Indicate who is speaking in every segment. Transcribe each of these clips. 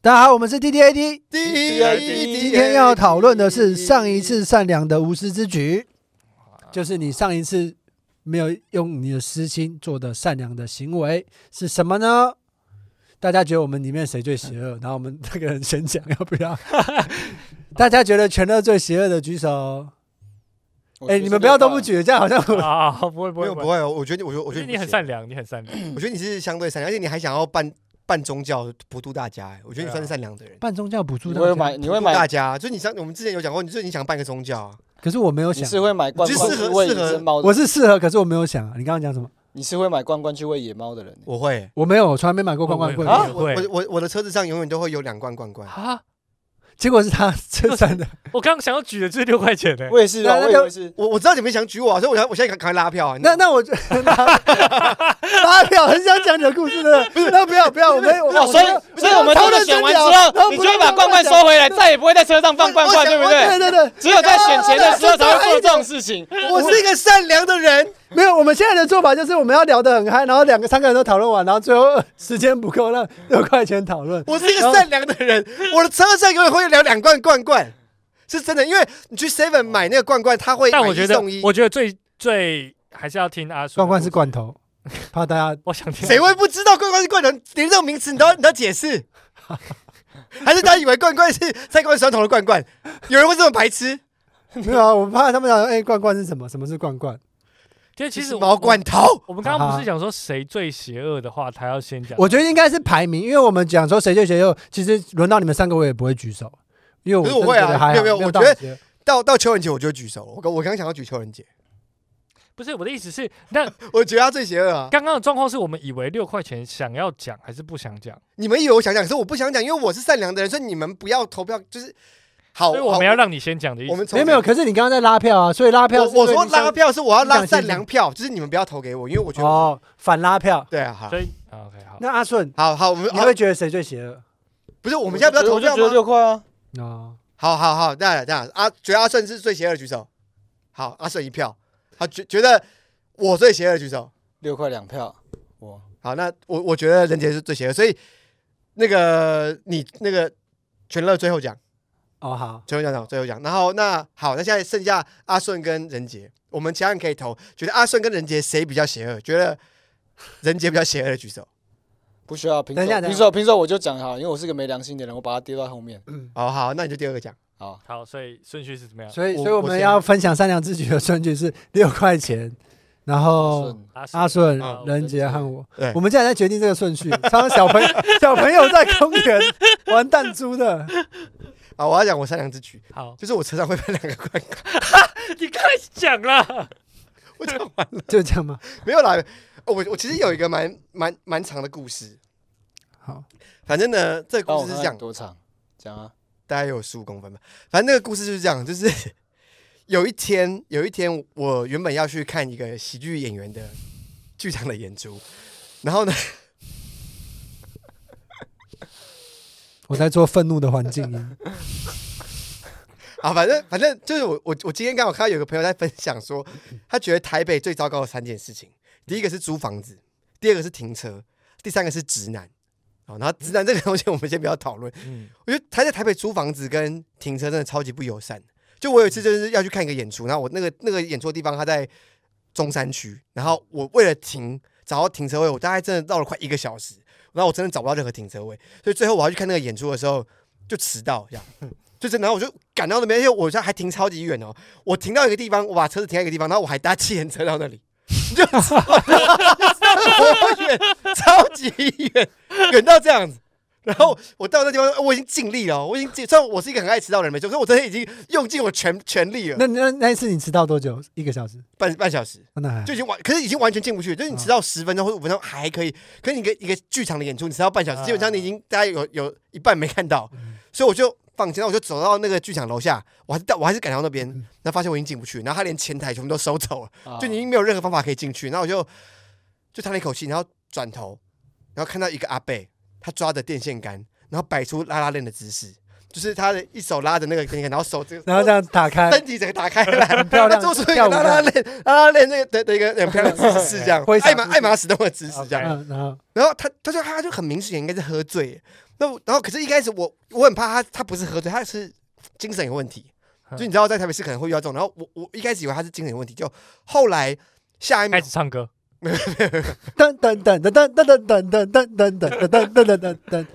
Speaker 1: 大家好，我们是 T T A T，
Speaker 2: 第
Speaker 3: 哎
Speaker 4: 一
Speaker 1: 今天要讨论的是上一次善良的无私之举，就是你上一次没有用你的私心做的善良的行为是什么呢？大家觉得我们里面谁最邪恶？然 后我们那个人先讲，要 不要？大家觉得全乐最邪恶的举手。哎、你们不要都不，举，这样好像 我
Speaker 4: 啊，不会不
Speaker 2: 没
Speaker 4: 会
Speaker 2: 有不，会哦。我觉得我觉得
Speaker 4: 我
Speaker 2: 我
Speaker 4: 觉
Speaker 2: 觉得
Speaker 4: 得你很
Speaker 2: 不行
Speaker 4: 善良，你很善良，
Speaker 2: 我觉得你是相对善良，而且你还想要办办宗教普渡大家，哎我觉得
Speaker 4: 对啊
Speaker 2: 你算是善良的人。
Speaker 1: 办宗教补助
Speaker 3: 你
Speaker 1: 大
Speaker 3: 会
Speaker 1: 家，
Speaker 3: 买？你会
Speaker 2: 普渡大
Speaker 3: 买？
Speaker 2: 家，就是你上我们之前有讲过，你最近想办个宗教啊，
Speaker 1: 可是我没有
Speaker 3: 你
Speaker 1: 想，
Speaker 3: 是会买罐
Speaker 2: 你
Speaker 3: 罐
Speaker 2: 是适
Speaker 3: 去
Speaker 2: 合
Speaker 3: 喂
Speaker 2: 适
Speaker 3: 野
Speaker 2: 合
Speaker 3: 生猫的？
Speaker 1: 我是适合，可是我没有想。啊你刚刚讲什么？
Speaker 3: 你是会买罐罐去喂野猫的人欸？
Speaker 2: 我会。
Speaker 1: 我没有，我从来没买过罐罐
Speaker 4: 我
Speaker 1: 棍。
Speaker 3: 啊
Speaker 4: 也
Speaker 2: 我
Speaker 4: 会
Speaker 2: 我我我的车子上永远都会有两罐罐罐，
Speaker 4: 啊！
Speaker 1: 结果是他 车上的，
Speaker 4: 我刚刚想要举的就是六块钱呢，
Speaker 3: 我也是
Speaker 1: 那
Speaker 3: 啊，
Speaker 1: 那
Speaker 3: 我
Speaker 1: 就
Speaker 3: 以为是。
Speaker 2: 我我知道你们想举我啊，所以我想我现在赶赶快拉票啊。
Speaker 1: 那那我 就发表很想讲你的故事的，不是？那不要不要，我们我
Speaker 3: 哦，所以所以我们真的选完之后，你就会把罐罐收回来，再也不会在车上放罐罐，对不
Speaker 1: 对
Speaker 3: 对？
Speaker 1: 对对，
Speaker 3: 只有在选钱的时候才会做这种事情。
Speaker 2: 我是一个善良的人，
Speaker 1: 没有，我们现在的做法就是我们要聊得很嗨，然后两个三个人都讨论完，然后最后时间不够，让六块钱讨论。
Speaker 2: 我是一个善良的人，我的车上永远会有两两罐罐罐，是真的。因为你去 Seven 买那个罐罐，他会
Speaker 4: 但
Speaker 2: 买
Speaker 4: 我
Speaker 2: 一
Speaker 4: 觉得
Speaker 2: 送一，
Speaker 4: 我觉得最最还是要听阿叔 的
Speaker 1: 罐罐是
Speaker 4: 故事，
Speaker 1: 罐头，怕大家
Speaker 4: 我想听
Speaker 2: 谁会不知道罐罐是罐头？连这种名词你都要你都要解释， 还是大家以为罐罐是菜罐酸桶的罐罐？有人会这么白痴？
Speaker 1: 没有啊， 我怕他们讲，哎，罐罐是什么？什么是罐罐？
Speaker 4: 其实其
Speaker 2: 是
Speaker 4: 实
Speaker 2: 毛罐。啊头，
Speaker 4: 我们刚刚不是讲说谁最邪恶的话，他要先讲。
Speaker 1: 我觉得应该是排名，因为我们讲说谁最谁右，其实轮到你们三个我也不会举手，因为我
Speaker 2: 可是
Speaker 1: 真的
Speaker 2: 我会啊
Speaker 1: 觉得还好
Speaker 2: 没有没有我
Speaker 1: 到
Speaker 2: 觉得
Speaker 1: 你的
Speaker 2: 到到邱文杰我就会举手。我刚我刚想要举邱文杰，
Speaker 4: 不是我的意思是，那
Speaker 2: 我觉得他最邪恶啊！
Speaker 4: 刚刚的状况是我们以为六块钱想要讲还是不想讲，
Speaker 2: 你们以为我想讲，可是我不想讲，因为我是善良的人，所以你们不要投票，就是好。
Speaker 4: 所以我
Speaker 2: 哦好
Speaker 4: 们要让你先讲的意
Speaker 2: 我们
Speaker 4: 思。
Speaker 1: 没有没有，可是你刚刚在拉票啊，所以拉票
Speaker 2: 我
Speaker 1: 是
Speaker 2: 我
Speaker 1: 对
Speaker 2: 说
Speaker 1: 你想
Speaker 2: 拉票是我要
Speaker 1: 你
Speaker 2: 拉
Speaker 1: 想
Speaker 2: 善
Speaker 1: 先
Speaker 2: 良票，就是你们不要投给我，因为我觉得我
Speaker 1: 哦反拉票。
Speaker 2: 对啊，好
Speaker 4: 所以啊 OK 好，
Speaker 1: 那阿顺，
Speaker 2: 好好，我们
Speaker 1: 你
Speaker 2: 好
Speaker 1: 会觉得谁最邪恶？
Speaker 2: 不是我们现在不要投
Speaker 3: 我就
Speaker 2: 票
Speaker 3: 觉得
Speaker 2: 吗？
Speaker 3: 六块啊，
Speaker 1: 哦，
Speaker 2: 好好好，那那阿觉得阿顺是最邪恶的举手，好，阿顺一票，好觉觉得我最邪恶的举手，
Speaker 3: 六块两票，我
Speaker 2: 好，那我我觉得任杰是最邪恶，所以那个你那个全乐最后讲，
Speaker 1: 哦好，
Speaker 2: 最后讲讲最后讲，然后那好，那现在剩下阿顺跟任杰，我们其他人可以投，觉得阿顺跟任杰谁比较邪恶？觉得任杰比较邪恶的举手，
Speaker 3: 不需要平
Speaker 1: 等一下
Speaker 3: 手，
Speaker 1: 等一
Speaker 3: 平
Speaker 1: 下
Speaker 3: 手平手我就讲好，因为我是个没良心的人，我把它丢到后面。
Speaker 2: 好好，那你就第二个讲，
Speaker 3: 好，
Speaker 4: 好，所以顺序是怎么样？
Speaker 1: 所以
Speaker 2: 我
Speaker 1: 所以我
Speaker 2: 我
Speaker 1: 们
Speaker 2: 先
Speaker 1: 要分享善良之举的顺序是六块钱，然后
Speaker 3: 顺
Speaker 4: 阿
Speaker 1: 阿顺
Speaker 4: 啊、
Speaker 1: 任杰和我
Speaker 2: 对，
Speaker 1: 我们现在在决定这个顺序。当小 朋友小朋友在公园玩弹珠的，
Speaker 2: 啊，我要讲我善良之举，
Speaker 4: 好，
Speaker 2: 就是我车上会分两个罐罐，
Speaker 4: 你刚才讲了，
Speaker 2: 我讲完了
Speaker 1: 就这样吗？
Speaker 2: 没有啦，哦我我其实有一个蛮蛮蛮长的故事，
Speaker 1: 好，
Speaker 2: 反正呢，这个故
Speaker 3: 哦那我
Speaker 2: 事
Speaker 3: 看
Speaker 2: 是这
Speaker 3: 看
Speaker 2: 样，
Speaker 3: 多长？讲啊，
Speaker 2: 大概有十五公分吧。反正那个故事就是这样，就是 有一天，有一天我原本要去看一个喜剧演员的剧场的演出，然后呢，
Speaker 1: 我在做愤怒的环境 音。
Speaker 2: 啊，反正反正就是我我我今天刚好看到有个朋友在分享说，他觉得台北最糟糕的三件事情，第一个是租房子，第二个是停车，第三个是直男。哦，然后直男这个东西我们先不要讨论，
Speaker 4: 嗯，
Speaker 2: 我觉得他在台北租房子跟停车真的超级不友善。就我有一次就是要去看一个演出，然后我那个那个演出的地方它在中山区，然后我为了停找到停车位，我大概真的绕了快一个小时，然后我真的找不到任何停车位，所以最后我要去看那个演出的时候就迟到，这样就真的，然后我就赶到那边，而且我现在还停超级远哦，我停到一个地方，我把车子停到一个地方，然后我还搭计程车到那里，你就知道多远，超级远，远到这样子。然后我到那地方，我已经尽力了哦，我已经尽，虽然我是一个很爱迟到的人，没错，可是我真的已经用尽我全全力了，
Speaker 1: 那那那一次你迟到多久？一个小时？
Speaker 2: 半半小时。
Speaker 1: 哦那还好
Speaker 2: 就已经完，可是已经完全进不去，就是你迟到十分钟或者五分钟还可以，可是你一个一个剧场的演出，你迟到半小时，
Speaker 4: 嗯
Speaker 2: 基本上你已经大概有有一半没看到，所以我就放弃，然后我就走到那个剧场楼下，我还是到我还是赶到那边，然后发现我已经进不去，然后他连前台全部都收走了，
Speaker 3: 啊
Speaker 2: 就已经没有任何方法可以进去，然后我就就叹了一口气，然后转头，然后看到一个阿贝，他抓着电线杆，然后摆出拉拉链的姿势，就是他的一手拉着那个电线杆，然后手这个，
Speaker 1: 然后这样打开，
Speaker 2: 身体整个打开来，很
Speaker 1: 漂 亮
Speaker 2: 做出一
Speaker 1: 跳
Speaker 2: 个
Speaker 1: 舞这
Speaker 2: 拉拉
Speaker 1: 样
Speaker 2: 链、拉拉链那个的的一个 很漂亮的姿势，这样
Speaker 1: 挥，洒
Speaker 2: 爱马
Speaker 1: 出去
Speaker 2: 爱马仕东的姿势这样。
Speaker 1: 嗯，然后
Speaker 2: 然后他他就他就很明显应该是喝醉，那我然后可是一开始我我很怕他，他不是喝醉，他是精神有问 题。
Speaker 4: 嗯
Speaker 2: 就你知道，在台北市可能会遇到这种。然后我我一开始以为他是精神有问题，就后来下一秒
Speaker 1: 哎
Speaker 4: 开始唱歌，
Speaker 1: 噔噔噔噔噔噔噔噔噔噔噔噔噔噔噔噔。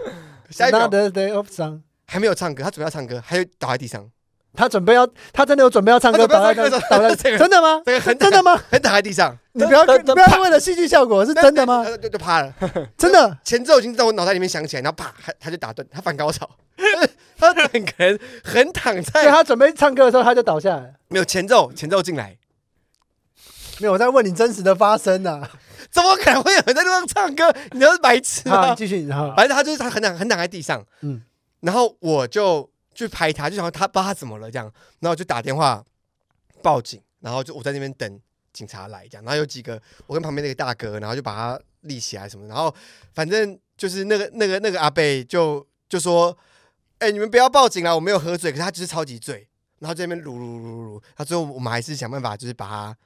Speaker 2: 下一秒
Speaker 1: Another day of sun。
Speaker 2: 还没有唱歌，他准备要唱歌，他就倒在地上，
Speaker 1: 他准备要，他真的有准备要唱歌，
Speaker 2: 他准备
Speaker 1: 倒在
Speaker 2: 要唱歌
Speaker 1: 倒在，
Speaker 2: 这个
Speaker 1: 真的吗？
Speaker 2: 这个很
Speaker 1: 真 的 吗？
Speaker 2: 很倒在地上，
Speaker 1: 你不要，
Speaker 3: 噔噔
Speaker 1: 你不要为了戏剧效果，是真的吗？
Speaker 2: 就就就趴了。
Speaker 1: 真的，
Speaker 2: 前奏已经在我脑袋里面响起来，然后啪，他他就打盹，他反高潮， 他整个人很躺
Speaker 1: 所以
Speaker 2: 在，
Speaker 1: 他准备唱歌的时候他就倒下来了。
Speaker 2: 没有前奏，前奏进来，
Speaker 1: 没有，我在问你真实的发生啊呐。
Speaker 2: 怎么可能会有人在路上唱歌？你都是白 痴啊
Speaker 1: 好，你
Speaker 2: 吗？
Speaker 1: 继续，然后
Speaker 2: 反正他就是他很躺很躺在地上，
Speaker 1: 嗯
Speaker 2: 然后我就去拍他，就想说他不知道他怎么了这样，然后就打电话报警，然后就我在那边等警察来这样，然后有几个我跟旁边那个大哥，然后就把他立起来什么，然后反正就是那个那个那个阿贝就就说，哎、你们不要报警啦，我没有喝醉，可是他就是超级醉，然后在那边撸撸撸撸撸，他最后我们还是想办法就是把他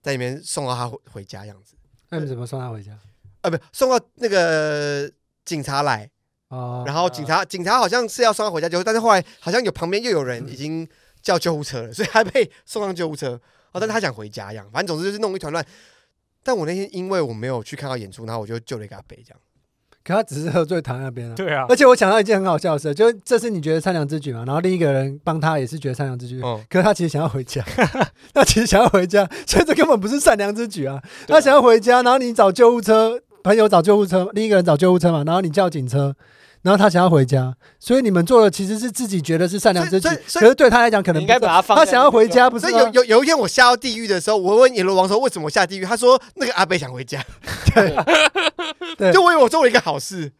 Speaker 2: 在里面送到他回回家这样子，
Speaker 1: 那你怎么送他回家？
Speaker 2: 啊，不送到那个警察来，
Speaker 1: 哦，
Speaker 2: 然后警察警察好像是要送他回家救，但是后来好像有旁边又有人已经叫救护车了，所以他被送上救护车。哦，但
Speaker 1: 嗯
Speaker 2: 是他想回家一样，反正总之就是弄一团乱。但我那天因为我没有去看到演出，然后我就救了一个阿北这样。
Speaker 1: 可他只是喝醉躺在那边了。
Speaker 4: 对啊
Speaker 1: 而，且我想到一件很好笑的事，就是这是你觉得善良之举嘛，然后另一个人帮他也是觉得善良之举，
Speaker 2: 嗯，
Speaker 1: 可是他其实想要回家， 他其实想要回家，所以这根本不是善良之举啊！
Speaker 3: 对啊
Speaker 1: 他想要回家，然后你找救护车，朋友找救护车，另一个人找救护车嘛，然后你叫警车，然后他想要回家，所以你们做的其实是自己觉得是善良之举
Speaker 2: 所以，所以所以
Speaker 1: 可是对他来讲可能
Speaker 3: 你应该
Speaker 1: 不是
Speaker 3: 把他放
Speaker 1: 他
Speaker 3: 在
Speaker 1: 想要回家，不是
Speaker 2: 所以
Speaker 1: 吗
Speaker 2: 有有有一天我下到地狱的时候，我问阎罗王说为什么我下地狱，他说那个阿北想回家。
Speaker 1: 对
Speaker 2: 就我以为我做了一个好事，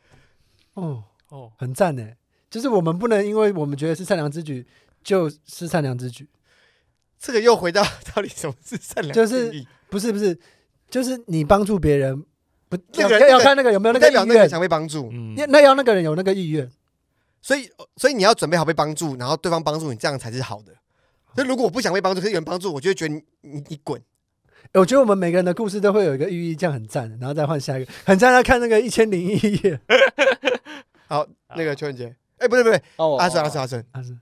Speaker 1: 哦，
Speaker 4: 哦，
Speaker 1: 很赞呢。就是我们不能因为我们觉得是善良之举，就是善良之举，
Speaker 2: 这个又回到 到底什么是善良
Speaker 1: 就
Speaker 2: 的
Speaker 1: 是
Speaker 2: 定义？
Speaker 1: 不是不是，就是你帮助别人，不
Speaker 2: 那
Speaker 1: 要
Speaker 2: 个人
Speaker 1: 要看那个有没有那
Speaker 2: 代
Speaker 1: 个
Speaker 2: 表
Speaker 1: 意
Speaker 2: 那个人
Speaker 1: 愿，
Speaker 2: 想被帮助，
Speaker 4: 嗯
Speaker 1: 那，那要那个人有那个意愿。
Speaker 2: 所以，所以你要准备好被帮助，然后对方帮助你，这样才是好的。那如果我不想被帮助，可是有人帮助我，就会觉得你你你滚。
Speaker 1: 欸我觉得我们每个人的故事都会有一个寓意，这样很赞。然后再换下一个，很像在看那个一千零一 夜。
Speaker 2: 好，那个邱文杰，哎，不对不对，
Speaker 3: 哦，我
Speaker 2: 阿顺阿顺阿顺，
Speaker 1: 他是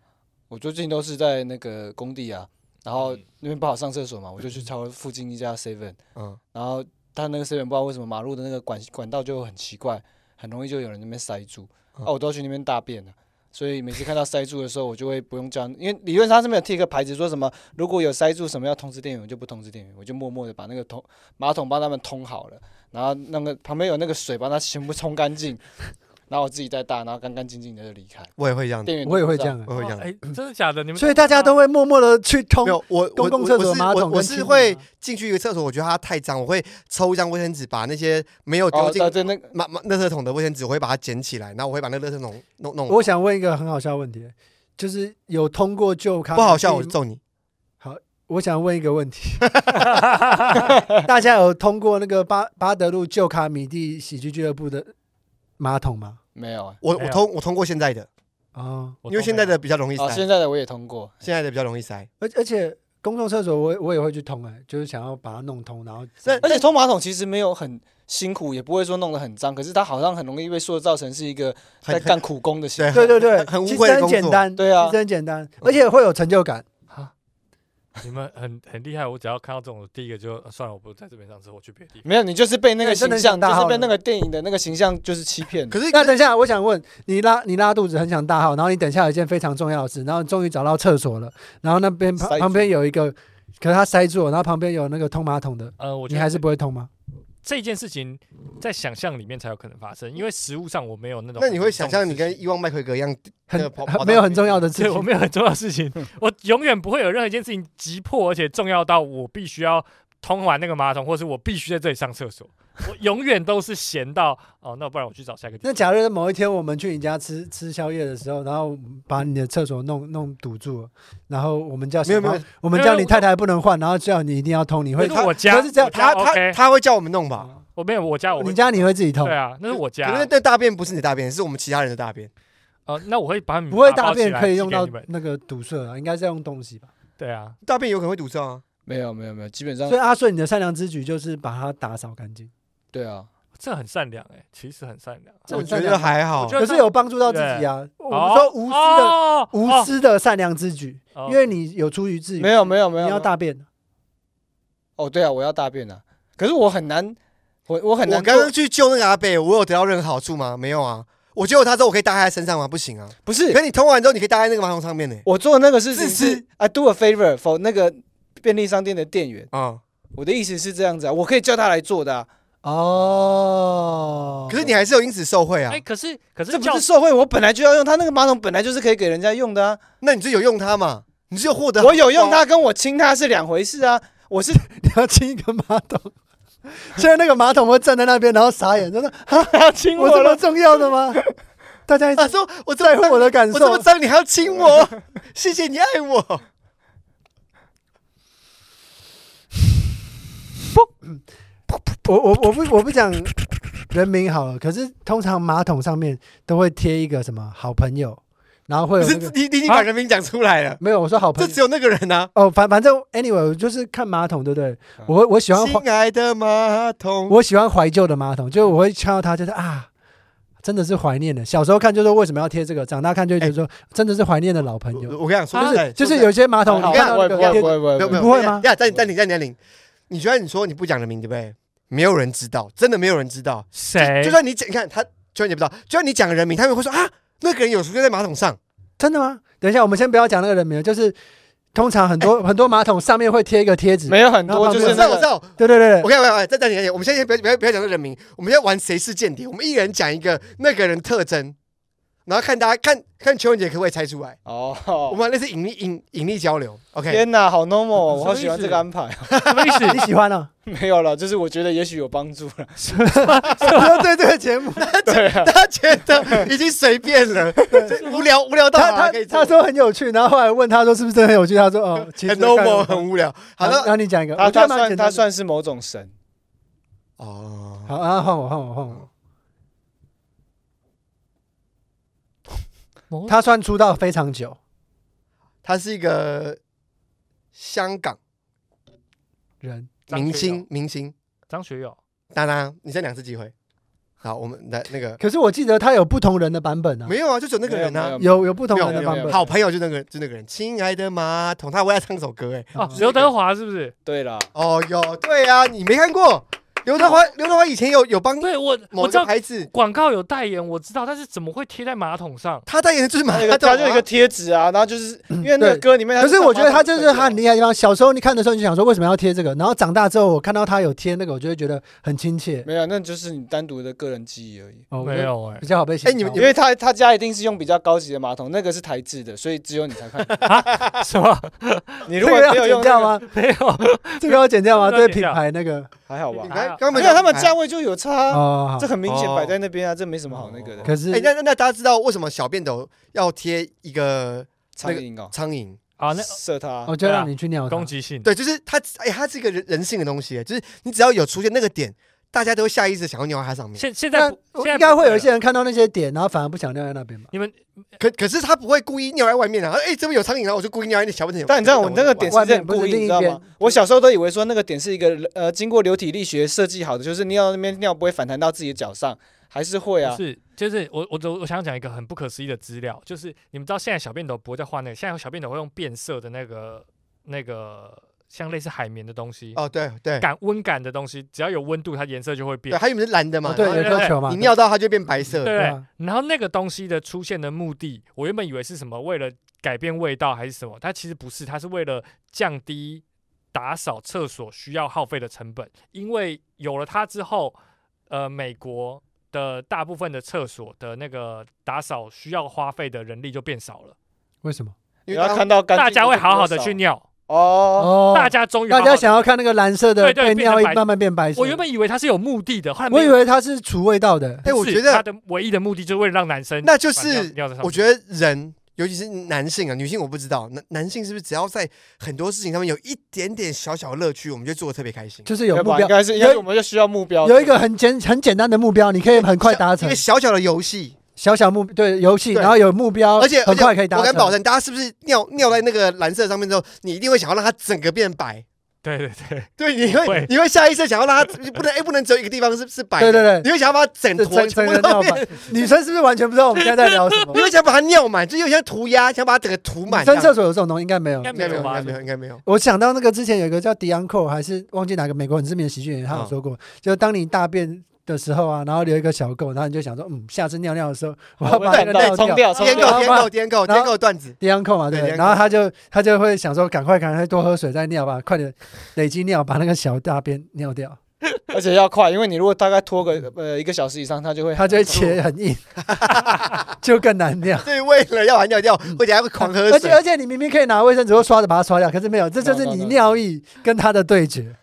Speaker 3: 我最近都是在那个工地啊，然后
Speaker 1: 嗯
Speaker 3: 那边不好上厕所嘛，我就去超附近一 家 seven，
Speaker 2: 嗯，
Speaker 3: 然后他那个 seven 不知道为什么马路的那个管管道就很奇怪，很容易就有人在那边塞住，
Speaker 2: 嗯
Speaker 3: 啊，我都要去那边大便了。所以每次看到塞住的时候，我就会不用叫，因为理论上是没有贴一个牌子说什么如果有塞住什么要通知店员，我就不通知店员，我就默默的把那个通马桶帮他们通好了，然后那个旁边有那个水把它全部冲干净， 然后我自己再大，然后干干净净的就离开。
Speaker 2: 我也会这样子，
Speaker 3: 店员都
Speaker 1: 我也
Speaker 3: 不
Speaker 1: 会
Speaker 3: 知
Speaker 1: 这
Speaker 3: 道
Speaker 1: 样、欸，
Speaker 2: 我也会这样子。
Speaker 4: 哎，真的假的？你们
Speaker 1: 所以大家都会默默的去通
Speaker 2: 没。有，我
Speaker 1: 公
Speaker 2: 我
Speaker 1: 共
Speaker 2: 我
Speaker 1: 厕
Speaker 2: 我
Speaker 1: 所
Speaker 2: 是
Speaker 1: 马
Speaker 2: 我
Speaker 1: 桶
Speaker 2: 我
Speaker 1: 跟
Speaker 2: 是
Speaker 1: 清洁
Speaker 2: 会
Speaker 1: 嘛
Speaker 2: 进去一个厕所，我觉得它太脏，我会抽一张卫生纸，把那些没有丢
Speaker 3: 哦，
Speaker 2: 进
Speaker 3: 对对，那个
Speaker 2: 马马垃圾桶的卫生纸，我会把它捡起来，然后我会把那个垃圾桶弄弄。
Speaker 1: 我想问一个很好笑的问题，就是有通过旧咖
Speaker 2: 不好笑，我就揍你。
Speaker 1: 我想问一个问 题， 大家有通过那个巴巴德路旧卡米蒂喜剧俱乐部的马桶吗？
Speaker 3: 没有啊。
Speaker 2: 我
Speaker 4: 没
Speaker 2: 我
Speaker 4: 有
Speaker 2: 通我通过现在的，
Speaker 1: 哦，
Speaker 4: 我都
Speaker 2: 因为现在
Speaker 4: 没有
Speaker 2: 的比较容易
Speaker 3: 哦，
Speaker 2: 塞，
Speaker 3: 现在的我也通过，
Speaker 2: 现在的比较容易塞。
Speaker 1: 而而且公众厕所我也我也会去通哎、就是想要把它弄通，然后
Speaker 2: 那
Speaker 3: 而且通马桶其实没有很辛苦，也不会说弄得很脏，可是它好像很容易被塑造成是一个
Speaker 2: 很
Speaker 3: 在
Speaker 2: 很
Speaker 3: 干苦工的行
Speaker 2: 对
Speaker 3: 为。
Speaker 1: 对对对，
Speaker 2: 很很污
Speaker 1: 其
Speaker 2: 秽
Speaker 1: 实
Speaker 2: 的
Speaker 1: 很
Speaker 2: 工
Speaker 1: 简
Speaker 2: 作。
Speaker 1: 单，
Speaker 3: 对啊
Speaker 1: 其实很简单，而且会有成就感。
Speaker 4: 你们很很厉害，我只要看到这种，我第一个就呃算了，我不在这边上厕，我去别的地方。
Speaker 3: 没有，你就是被那个
Speaker 1: 对真
Speaker 3: 形
Speaker 1: 的
Speaker 3: 象，
Speaker 1: 想大
Speaker 3: 就
Speaker 1: 号
Speaker 3: 是被
Speaker 1: 了
Speaker 3: 那个电影的那个形象就是欺骗。
Speaker 2: 可是
Speaker 1: 那等一下，我想问你拉你拉肚子很想大号，然后你等一下有一件非常重要的事，然后你终于找到厕所了，然后那边
Speaker 3: 塞
Speaker 1: 旁
Speaker 3: 住
Speaker 1: 旁边有一个，可是它塞住了，然后旁边有那个通马桶的，
Speaker 4: 呃，我觉
Speaker 1: 你
Speaker 4: 得
Speaker 1: 还是不会通吗？
Speaker 4: 这件事情在想象里面才有可能发生，因为实物上我没有那种。
Speaker 2: 那你会想象你跟伊万麦奎格一样，
Speaker 1: 很
Speaker 2: 那个跑
Speaker 1: 很
Speaker 2: 跑到
Speaker 1: 没有很重要的事
Speaker 4: 对我
Speaker 1: 情，
Speaker 4: 没有很重要的事情，我永远不会有任何一件事情急迫而且重要到我必须要通完那个马桶，或是我必须在这里上厕所。我永远都是闲到哦，那不然我去找下一个地
Speaker 1: 那
Speaker 4: 方。
Speaker 1: 假如某一天我们去你家吃吃宵夜的时候，然后把你的厕所弄弄堵住了，然后我们叫
Speaker 2: 没有没有
Speaker 1: 小猫我们叫你太太不能换，然后叫你一定要通，你会
Speaker 4: 那是我
Speaker 1: 可
Speaker 4: 家，
Speaker 1: 是这样
Speaker 4: 我家
Speaker 2: 他他
Speaker 4: OK
Speaker 2: 他会叫我们弄吧？
Speaker 4: 我没有我家我会
Speaker 1: 你家你会自己通
Speaker 4: 对，啊，那是我家
Speaker 2: 可是那大便不是你的大便，是我们其他人的大便。
Speaker 4: 哦，那我会把你们
Speaker 1: 不会
Speaker 4: 打
Speaker 1: 大
Speaker 4: 包起
Speaker 1: 便
Speaker 4: 来
Speaker 1: 可以用
Speaker 4: 寄给
Speaker 1: 到
Speaker 4: 你们。
Speaker 1: 那个堵塞啊，应该是要用东西吧。
Speaker 4: 对啊，
Speaker 2: 大便有可能会堵塞啊。
Speaker 3: 没有没有没有，基本上
Speaker 1: 所以阿顺，你的善良之举就是把它打扫干净。
Speaker 3: 对啊，
Speaker 4: 这很善良哎、其实很善良。啊
Speaker 1: 这
Speaker 2: 我
Speaker 1: 很
Speaker 2: 觉
Speaker 1: 善
Speaker 2: 得
Speaker 1: 良吗，
Speaker 2: 还好
Speaker 4: 觉，得
Speaker 1: 可是有帮助到自己啊。我们说无私的、
Speaker 4: 哦
Speaker 1: 无，私的善良之举，
Speaker 4: 哦哦
Speaker 1: 因为你有出于自己，
Speaker 3: 没有没有没有，
Speaker 1: 你
Speaker 3: 没
Speaker 1: 要
Speaker 3: 有
Speaker 1: 大便，
Speaker 3: 哦，对啊，我要大便啊，可是我很难，我我很
Speaker 2: 我
Speaker 3: 难
Speaker 2: 刚
Speaker 3: 做
Speaker 2: 刚，去救那个阿贝，我有得到任何好处吗？没有啊。我救了他之后，我可以搭在他身上吗？不行啊。
Speaker 3: 不是
Speaker 2: 可你通完之后，你可以搭在那个马桶上面呢。
Speaker 3: 我做那个事情
Speaker 2: 自私
Speaker 3: 是 I do a favor for 那个便利商店的店员，
Speaker 2: 啊，
Speaker 3: 我的意思是这样子啊，我可以叫他来做的啊，
Speaker 1: 哦，
Speaker 2: 啊可是你还是有因此受贿啊
Speaker 4: 哎、。可是可是
Speaker 3: 这
Speaker 4: 叫
Speaker 3: 不是受贿，我本来就要用，他那个马桶本来就是可以给人家用的啊，
Speaker 2: 那你就有用它嘛？你就获得
Speaker 3: 我有用它跟我亲它是两回事啊，我是
Speaker 1: 你要清一个马桶。 现在那个马桶会站在那边，然后傻眼，他说
Speaker 4: 他亲：“
Speaker 1: 我
Speaker 4: 我
Speaker 1: 这么
Speaker 4: 了，
Speaker 1: 重要的 吗？”大家一
Speaker 2: 他
Speaker 1: 直
Speaker 2: 说啊我在
Speaker 1: 在
Speaker 2: 乎
Speaker 1: 乎我的感
Speaker 2: 我这
Speaker 1: 受
Speaker 2: 么。脏，你还要亲我？ 谢谢你爱我。
Speaker 1: 我我我不我不讲人名好了，可是通常马桶上面都会贴一个什么好朋友，然后会
Speaker 2: 不
Speaker 1: 有、
Speaker 2: 是
Speaker 1: 那个、
Speaker 2: 你你你把人名讲出来了，
Speaker 1: 没有我说好朋
Speaker 2: 这
Speaker 1: 友
Speaker 2: 只有那个人啊。
Speaker 1: 哦，反反正 anyway 我就是看马桶，对不对
Speaker 3: 啊？
Speaker 1: 我我喜欢怀
Speaker 2: 亲爱的马桶，
Speaker 1: 我喜欢怀旧的马桶，就我会看到它，就是啊，真的是怀念的。小时候看就说为什么要贴这个，长大看就觉得说真的是怀念的老朋
Speaker 2: 哎我
Speaker 1: 友，
Speaker 2: 我跟你讲，说
Speaker 1: 就是
Speaker 2: 真的
Speaker 1: 就是有些马桶
Speaker 3: 好
Speaker 1: 你
Speaker 3: 不
Speaker 1: 看到那
Speaker 3: 会
Speaker 1: 个
Speaker 3: 不会
Speaker 1: 贴
Speaker 3: 不会不会
Speaker 2: 没有没有
Speaker 1: 不会吗
Speaker 2: 呀，暂停暂停暂停暂停。你居然你说你不讲人名对不对？没有人知道，真的没有人知道。
Speaker 4: 谁
Speaker 2: 就算你讲，你看他，就算你不知道，就算你讲人名，他们会说啊，那个人有出现在马桶上。
Speaker 1: 真的吗？等一下，我们先不要讲那个人名，就是通常很
Speaker 2: 哎
Speaker 1: 多、很多马桶上面会贴一个贴纸，
Speaker 3: 没有很
Speaker 1: 然后
Speaker 3: 多，
Speaker 1: 旁
Speaker 3: 就
Speaker 2: 我
Speaker 1: 边
Speaker 2: 知
Speaker 3: 是那
Speaker 2: 道我知
Speaker 3: 个
Speaker 2: 道，
Speaker 1: 哦对对对
Speaker 2: 我
Speaker 1: 对，
Speaker 2: 看，我看，再暂停，我们现在先不要不要不要讲这人名，我们现在玩谁是间谍，我们一人讲一个那个人特征，然后看大家看看邱文杰可不可以猜出来。我
Speaker 3: 哦，
Speaker 2: 们那是引力引引力交流，OK？
Speaker 3: 天哪，好 normal，哦
Speaker 4: 什么
Speaker 3: 我好喜欢
Speaker 4: 意思
Speaker 3: 这个安排，啊
Speaker 4: 什么意思？
Speaker 1: 你喜欢哦？
Speaker 3: 没有了，就是我觉得也许有帮助了，
Speaker 1: 我对这个节目，
Speaker 3: 对啊，
Speaker 2: 他觉得已经随 便了，这无聊无聊到
Speaker 1: 他
Speaker 3: 啊
Speaker 2: 好还
Speaker 1: 他
Speaker 2: 可以做
Speaker 1: 他说很有趣，然后后来问他说是不是真的很有趣，他说 哦，其实
Speaker 2: 很
Speaker 3: 哎
Speaker 2: normal
Speaker 1: 看了
Speaker 2: 很无聊。好
Speaker 1: 然后然
Speaker 2: 了，
Speaker 1: 后你讲一个，
Speaker 3: 他
Speaker 1: 我觉
Speaker 3: 他
Speaker 1: 得蛮
Speaker 3: 算
Speaker 1: 简单的
Speaker 3: 他算是某种神，
Speaker 2: 哦，
Speaker 1: 好啊，换我换我换我，
Speaker 4: 某
Speaker 1: 他算出道非常久，
Speaker 2: 他是一个香港
Speaker 1: 人
Speaker 4: 张学
Speaker 2: 明
Speaker 4: 友
Speaker 2: 星，明星。
Speaker 4: 张学友，
Speaker 2: 当当，你再两次机会。好，我们来那个
Speaker 1: 可是我记得他有不同人的版本啊，
Speaker 2: 没有啊，就只有那个人啊。
Speaker 1: 有有不同
Speaker 2: 没有
Speaker 1: 人的
Speaker 3: 没有
Speaker 1: 版
Speaker 3: 没有
Speaker 1: 本，
Speaker 2: 好朋友就那个就那个人，亲爱的马桶，他为他唱首歌哎。
Speaker 4: 哦
Speaker 1: 嗯，
Speaker 4: 刘德华是不是？
Speaker 3: 对啦，
Speaker 2: 哦哟，对啊，你没看过刘德华？刘德华以前有有帮
Speaker 4: 对我
Speaker 2: 某
Speaker 4: 我
Speaker 2: 一
Speaker 4: 知
Speaker 2: 个
Speaker 4: 道
Speaker 2: 牌子，
Speaker 4: 广告有代言，我知道，但是怎么会贴在马桶上？
Speaker 2: 他代言的就是马
Speaker 3: 那
Speaker 2: 桶
Speaker 3: 个
Speaker 2: 啊，
Speaker 3: 他就有一个贴纸啊，然后就是因为那个
Speaker 1: 对
Speaker 3: 歌里面，
Speaker 1: 可是我觉得他这是他
Speaker 3: 很
Speaker 1: 很厉害的地方。小时候你看的时候，你就想说为什么要贴这个，然后长大之后我看到他有贴那个，我就会觉得很亲切。
Speaker 3: 没有，那就是你单独的个人记忆而已。
Speaker 1: 哦，我觉
Speaker 4: 没
Speaker 1: 得
Speaker 4: 有哎
Speaker 1: 比、较好被写。
Speaker 2: 哎你们
Speaker 3: 因为他他家一定是用比较高级的马桶，那个是台制的，所以只有你才看。
Speaker 4: 什么
Speaker 1: 这
Speaker 3: 你如果
Speaker 1: 个要
Speaker 3: 没有
Speaker 1: 剪
Speaker 3: 用
Speaker 1: 掉
Speaker 3: 那个，
Speaker 1: 吗？
Speaker 4: 没有？
Speaker 1: 这个要剪掉吗？
Speaker 4: 这个要
Speaker 1: 对
Speaker 4: 剪
Speaker 1: 品
Speaker 4: 掉
Speaker 1: 牌那个
Speaker 3: 还好吧
Speaker 2: 你？
Speaker 4: 吧
Speaker 2: 看刚
Speaker 3: 没
Speaker 2: 本哎
Speaker 3: 有，他们价位就有差啊，
Speaker 1: 哦，
Speaker 3: 这
Speaker 1: 好
Speaker 3: 很明显摆在那边啊，这没什么好那个的。
Speaker 1: 可是
Speaker 2: 哎，那那大家知道为什么小便斗要贴一个
Speaker 3: 苍蝇哦，
Speaker 2: 苍蝇？
Speaker 4: 啊，那
Speaker 3: 射他
Speaker 1: 我就让你去尿它
Speaker 4: 攻击性，
Speaker 2: 对，就是它，哎，它是一个人人性的东西，就是你只要有出现那个点，大家都会下意识想要尿在它上面。
Speaker 4: 现现在
Speaker 1: 那
Speaker 4: 不现在
Speaker 1: 应该
Speaker 4: 不
Speaker 1: 会有
Speaker 4: 了
Speaker 1: 一些人看到那些点，然后反而不想尿在那边吧？
Speaker 4: 你们
Speaker 2: 可可是他不会故意尿在外面啊，哎、这边有苍蝇，然后我就故意尿在那小便斗。
Speaker 3: 但你知道我那个点是很故意，你知道吗？我小时候都以为说那个点是一个呃经过流体力学设计好的，就是尿那边尿不会反弹到自己的脚上，还是会啊
Speaker 4: 不。是，就是我我我我想讲一个很不可思议的资料，就是你们知道现在小便斗不会再画那个，现在小便斗会用变色的那个那个像类似海绵的东西，
Speaker 2: 哦，对对
Speaker 4: 感温感的东西，只要有温度，它颜色就会
Speaker 2: 对，
Speaker 4: 变。
Speaker 2: 它原本是蓝的嘛，
Speaker 1: 哦，对，
Speaker 2: 然后
Speaker 1: 有颗球嘛
Speaker 2: 你，尿到它就变白色。
Speaker 4: 对
Speaker 1: 啊
Speaker 4: 然后那个东西的出现的目的，我原本以为是什么，为了改变味道还是什么，它其实不是，它是为了降低打扫厕所需要耗费的成本。因为有了它之后，呃，美国的大部分的厕所的那个打扫需要花费的人力就变少了，
Speaker 1: 为什么？
Speaker 3: 你
Speaker 2: 因为
Speaker 3: 要
Speaker 2: 它
Speaker 3: 看到干净
Speaker 4: 大家会好好的去尿，
Speaker 3: 哦。
Speaker 1: 哦，
Speaker 4: 大家终于好
Speaker 1: 大
Speaker 4: 好
Speaker 1: 家想要看那个蓝色的
Speaker 4: 对对
Speaker 1: 被
Speaker 4: 变成
Speaker 1: 尿液
Speaker 4: 白
Speaker 1: 慢慢变白色。
Speaker 4: 我原本以为它是有目的的，后来没
Speaker 1: 我以
Speaker 4: 有
Speaker 1: 为它是除味道的，
Speaker 2: 哎我
Speaker 4: 是
Speaker 2: 觉得
Speaker 4: 它的唯一的目的就是为了让男生
Speaker 2: 那就
Speaker 4: 把尿
Speaker 2: 是
Speaker 4: 尿在上
Speaker 2: 我
Speaker 4: 面
Speaker 2: 觉得人，尤其是男性啊，女性我不知道，男男性是不是只要在很多事情上面有一点点小小的乐趣，我们就做的特别开心。
Speaker 1: 就是有
Speaker 3: 要不
Speaker 1: 目
Speaker 3: 然
Speaker 1: 标
Speaker 3: 应，该是因为我们就需要目标。
Speaker 1: 有一个很简很简单的目标，你可以很快达
Speaker 2: 一
Speaker 1: 成
Speaker 2: 个。小小的游戏，
Speaker 1: 小小目对游戏，
Speaker 2: 对
Speaker 1: 然后有目标，
Speaker 2: 而且而
Speaker 1: 哦很
Speaker 2: 且
Speaker 1: 快可以达
Speaker 2: 我
Speaker 1: 成。
Speaker 2: 敢保证，大家是不是尿尿在那个蓝色上面之后，你一定会想要让它整个变白，
Speaker 4: 对对对，
Speaker 2: 对，你会
Speaker 4: 会
Speaker 2: 你会下意识想要让它不能哎，不能只有一个地方是是白
Speaker 1: 对
Speaker 2: 的，
Speaker 1: 对对，
Speaker 2: 你会想要把它整
Speaker 1: 这
Speaker 2: 坨
Speaker 1: 整整
Speaker 2: 全部
Speaker 1: 个
Speaker 2: 都
Speaker 1: 尿
Speaker 2: 变，
Speaker 1: 板，女生是不是完全不知道我们现在在聊什么？
Speaker 2: 你会想把它尿满，就有点像涂鸦，想把它整个涂满
Speaker 1: 女
Speaker 2: 这
Speaker 1: 生
Speaker 2: 样。
Speaker 1: 厕所有这种东西应该没有
Speaker 4: 应。该
Speaker 2: 应该没有，应
Speaker 4: 吧？
Speaker 2: 该没有，应该没有。
Speaker 1: 我想到那个之前有一个叫 d i a n c o 还是忘记哪个美国很知名的喜剧演员，他有说过，就是当你大便的时候啊，然后留一个小垢，然后你就想说，嗯，下次尿尿的时候 我要把那个
Speaker 3: 对
Speaker 1: 尿
Speaker 3: 冲掉冲
Speaker 2: 舔
Speaker 1: 然
Speaker 2: 狗
Speaker 1: 后
Speaker 4: 掉
Speaker 1: 把
Speaker 2: 舔
Speaker 1: 然
Speaker 2: 狗舔狗
Speaker 1: 后
Speaker 2: 舔狗段子，
Speaker 1: d i a n c o 嘛，对不
Speaker 2: 对
Speaker 1: 对，
Speaker 2: Dianco
Speaker 1: 然后他就他就会想说，赶快赶快多喝水再尿吧，快点累积尿，把那个小大便尿掉，
Speaker 3: 而且要快，因为你如果大概拖个呃一个小时以上，它就会
Speaker 1: 他就会切很硬， 就更难尿。
Speaker 2: 所以为了要把它尿掉，会等下会狂喝
Speaker 1: 嗯而且。
Speaker 2: 水
Speaker 1: 而且你明明可以拿卫生纸或刷子把它刷掉，可是没有，这就是你尿意跟它的对决。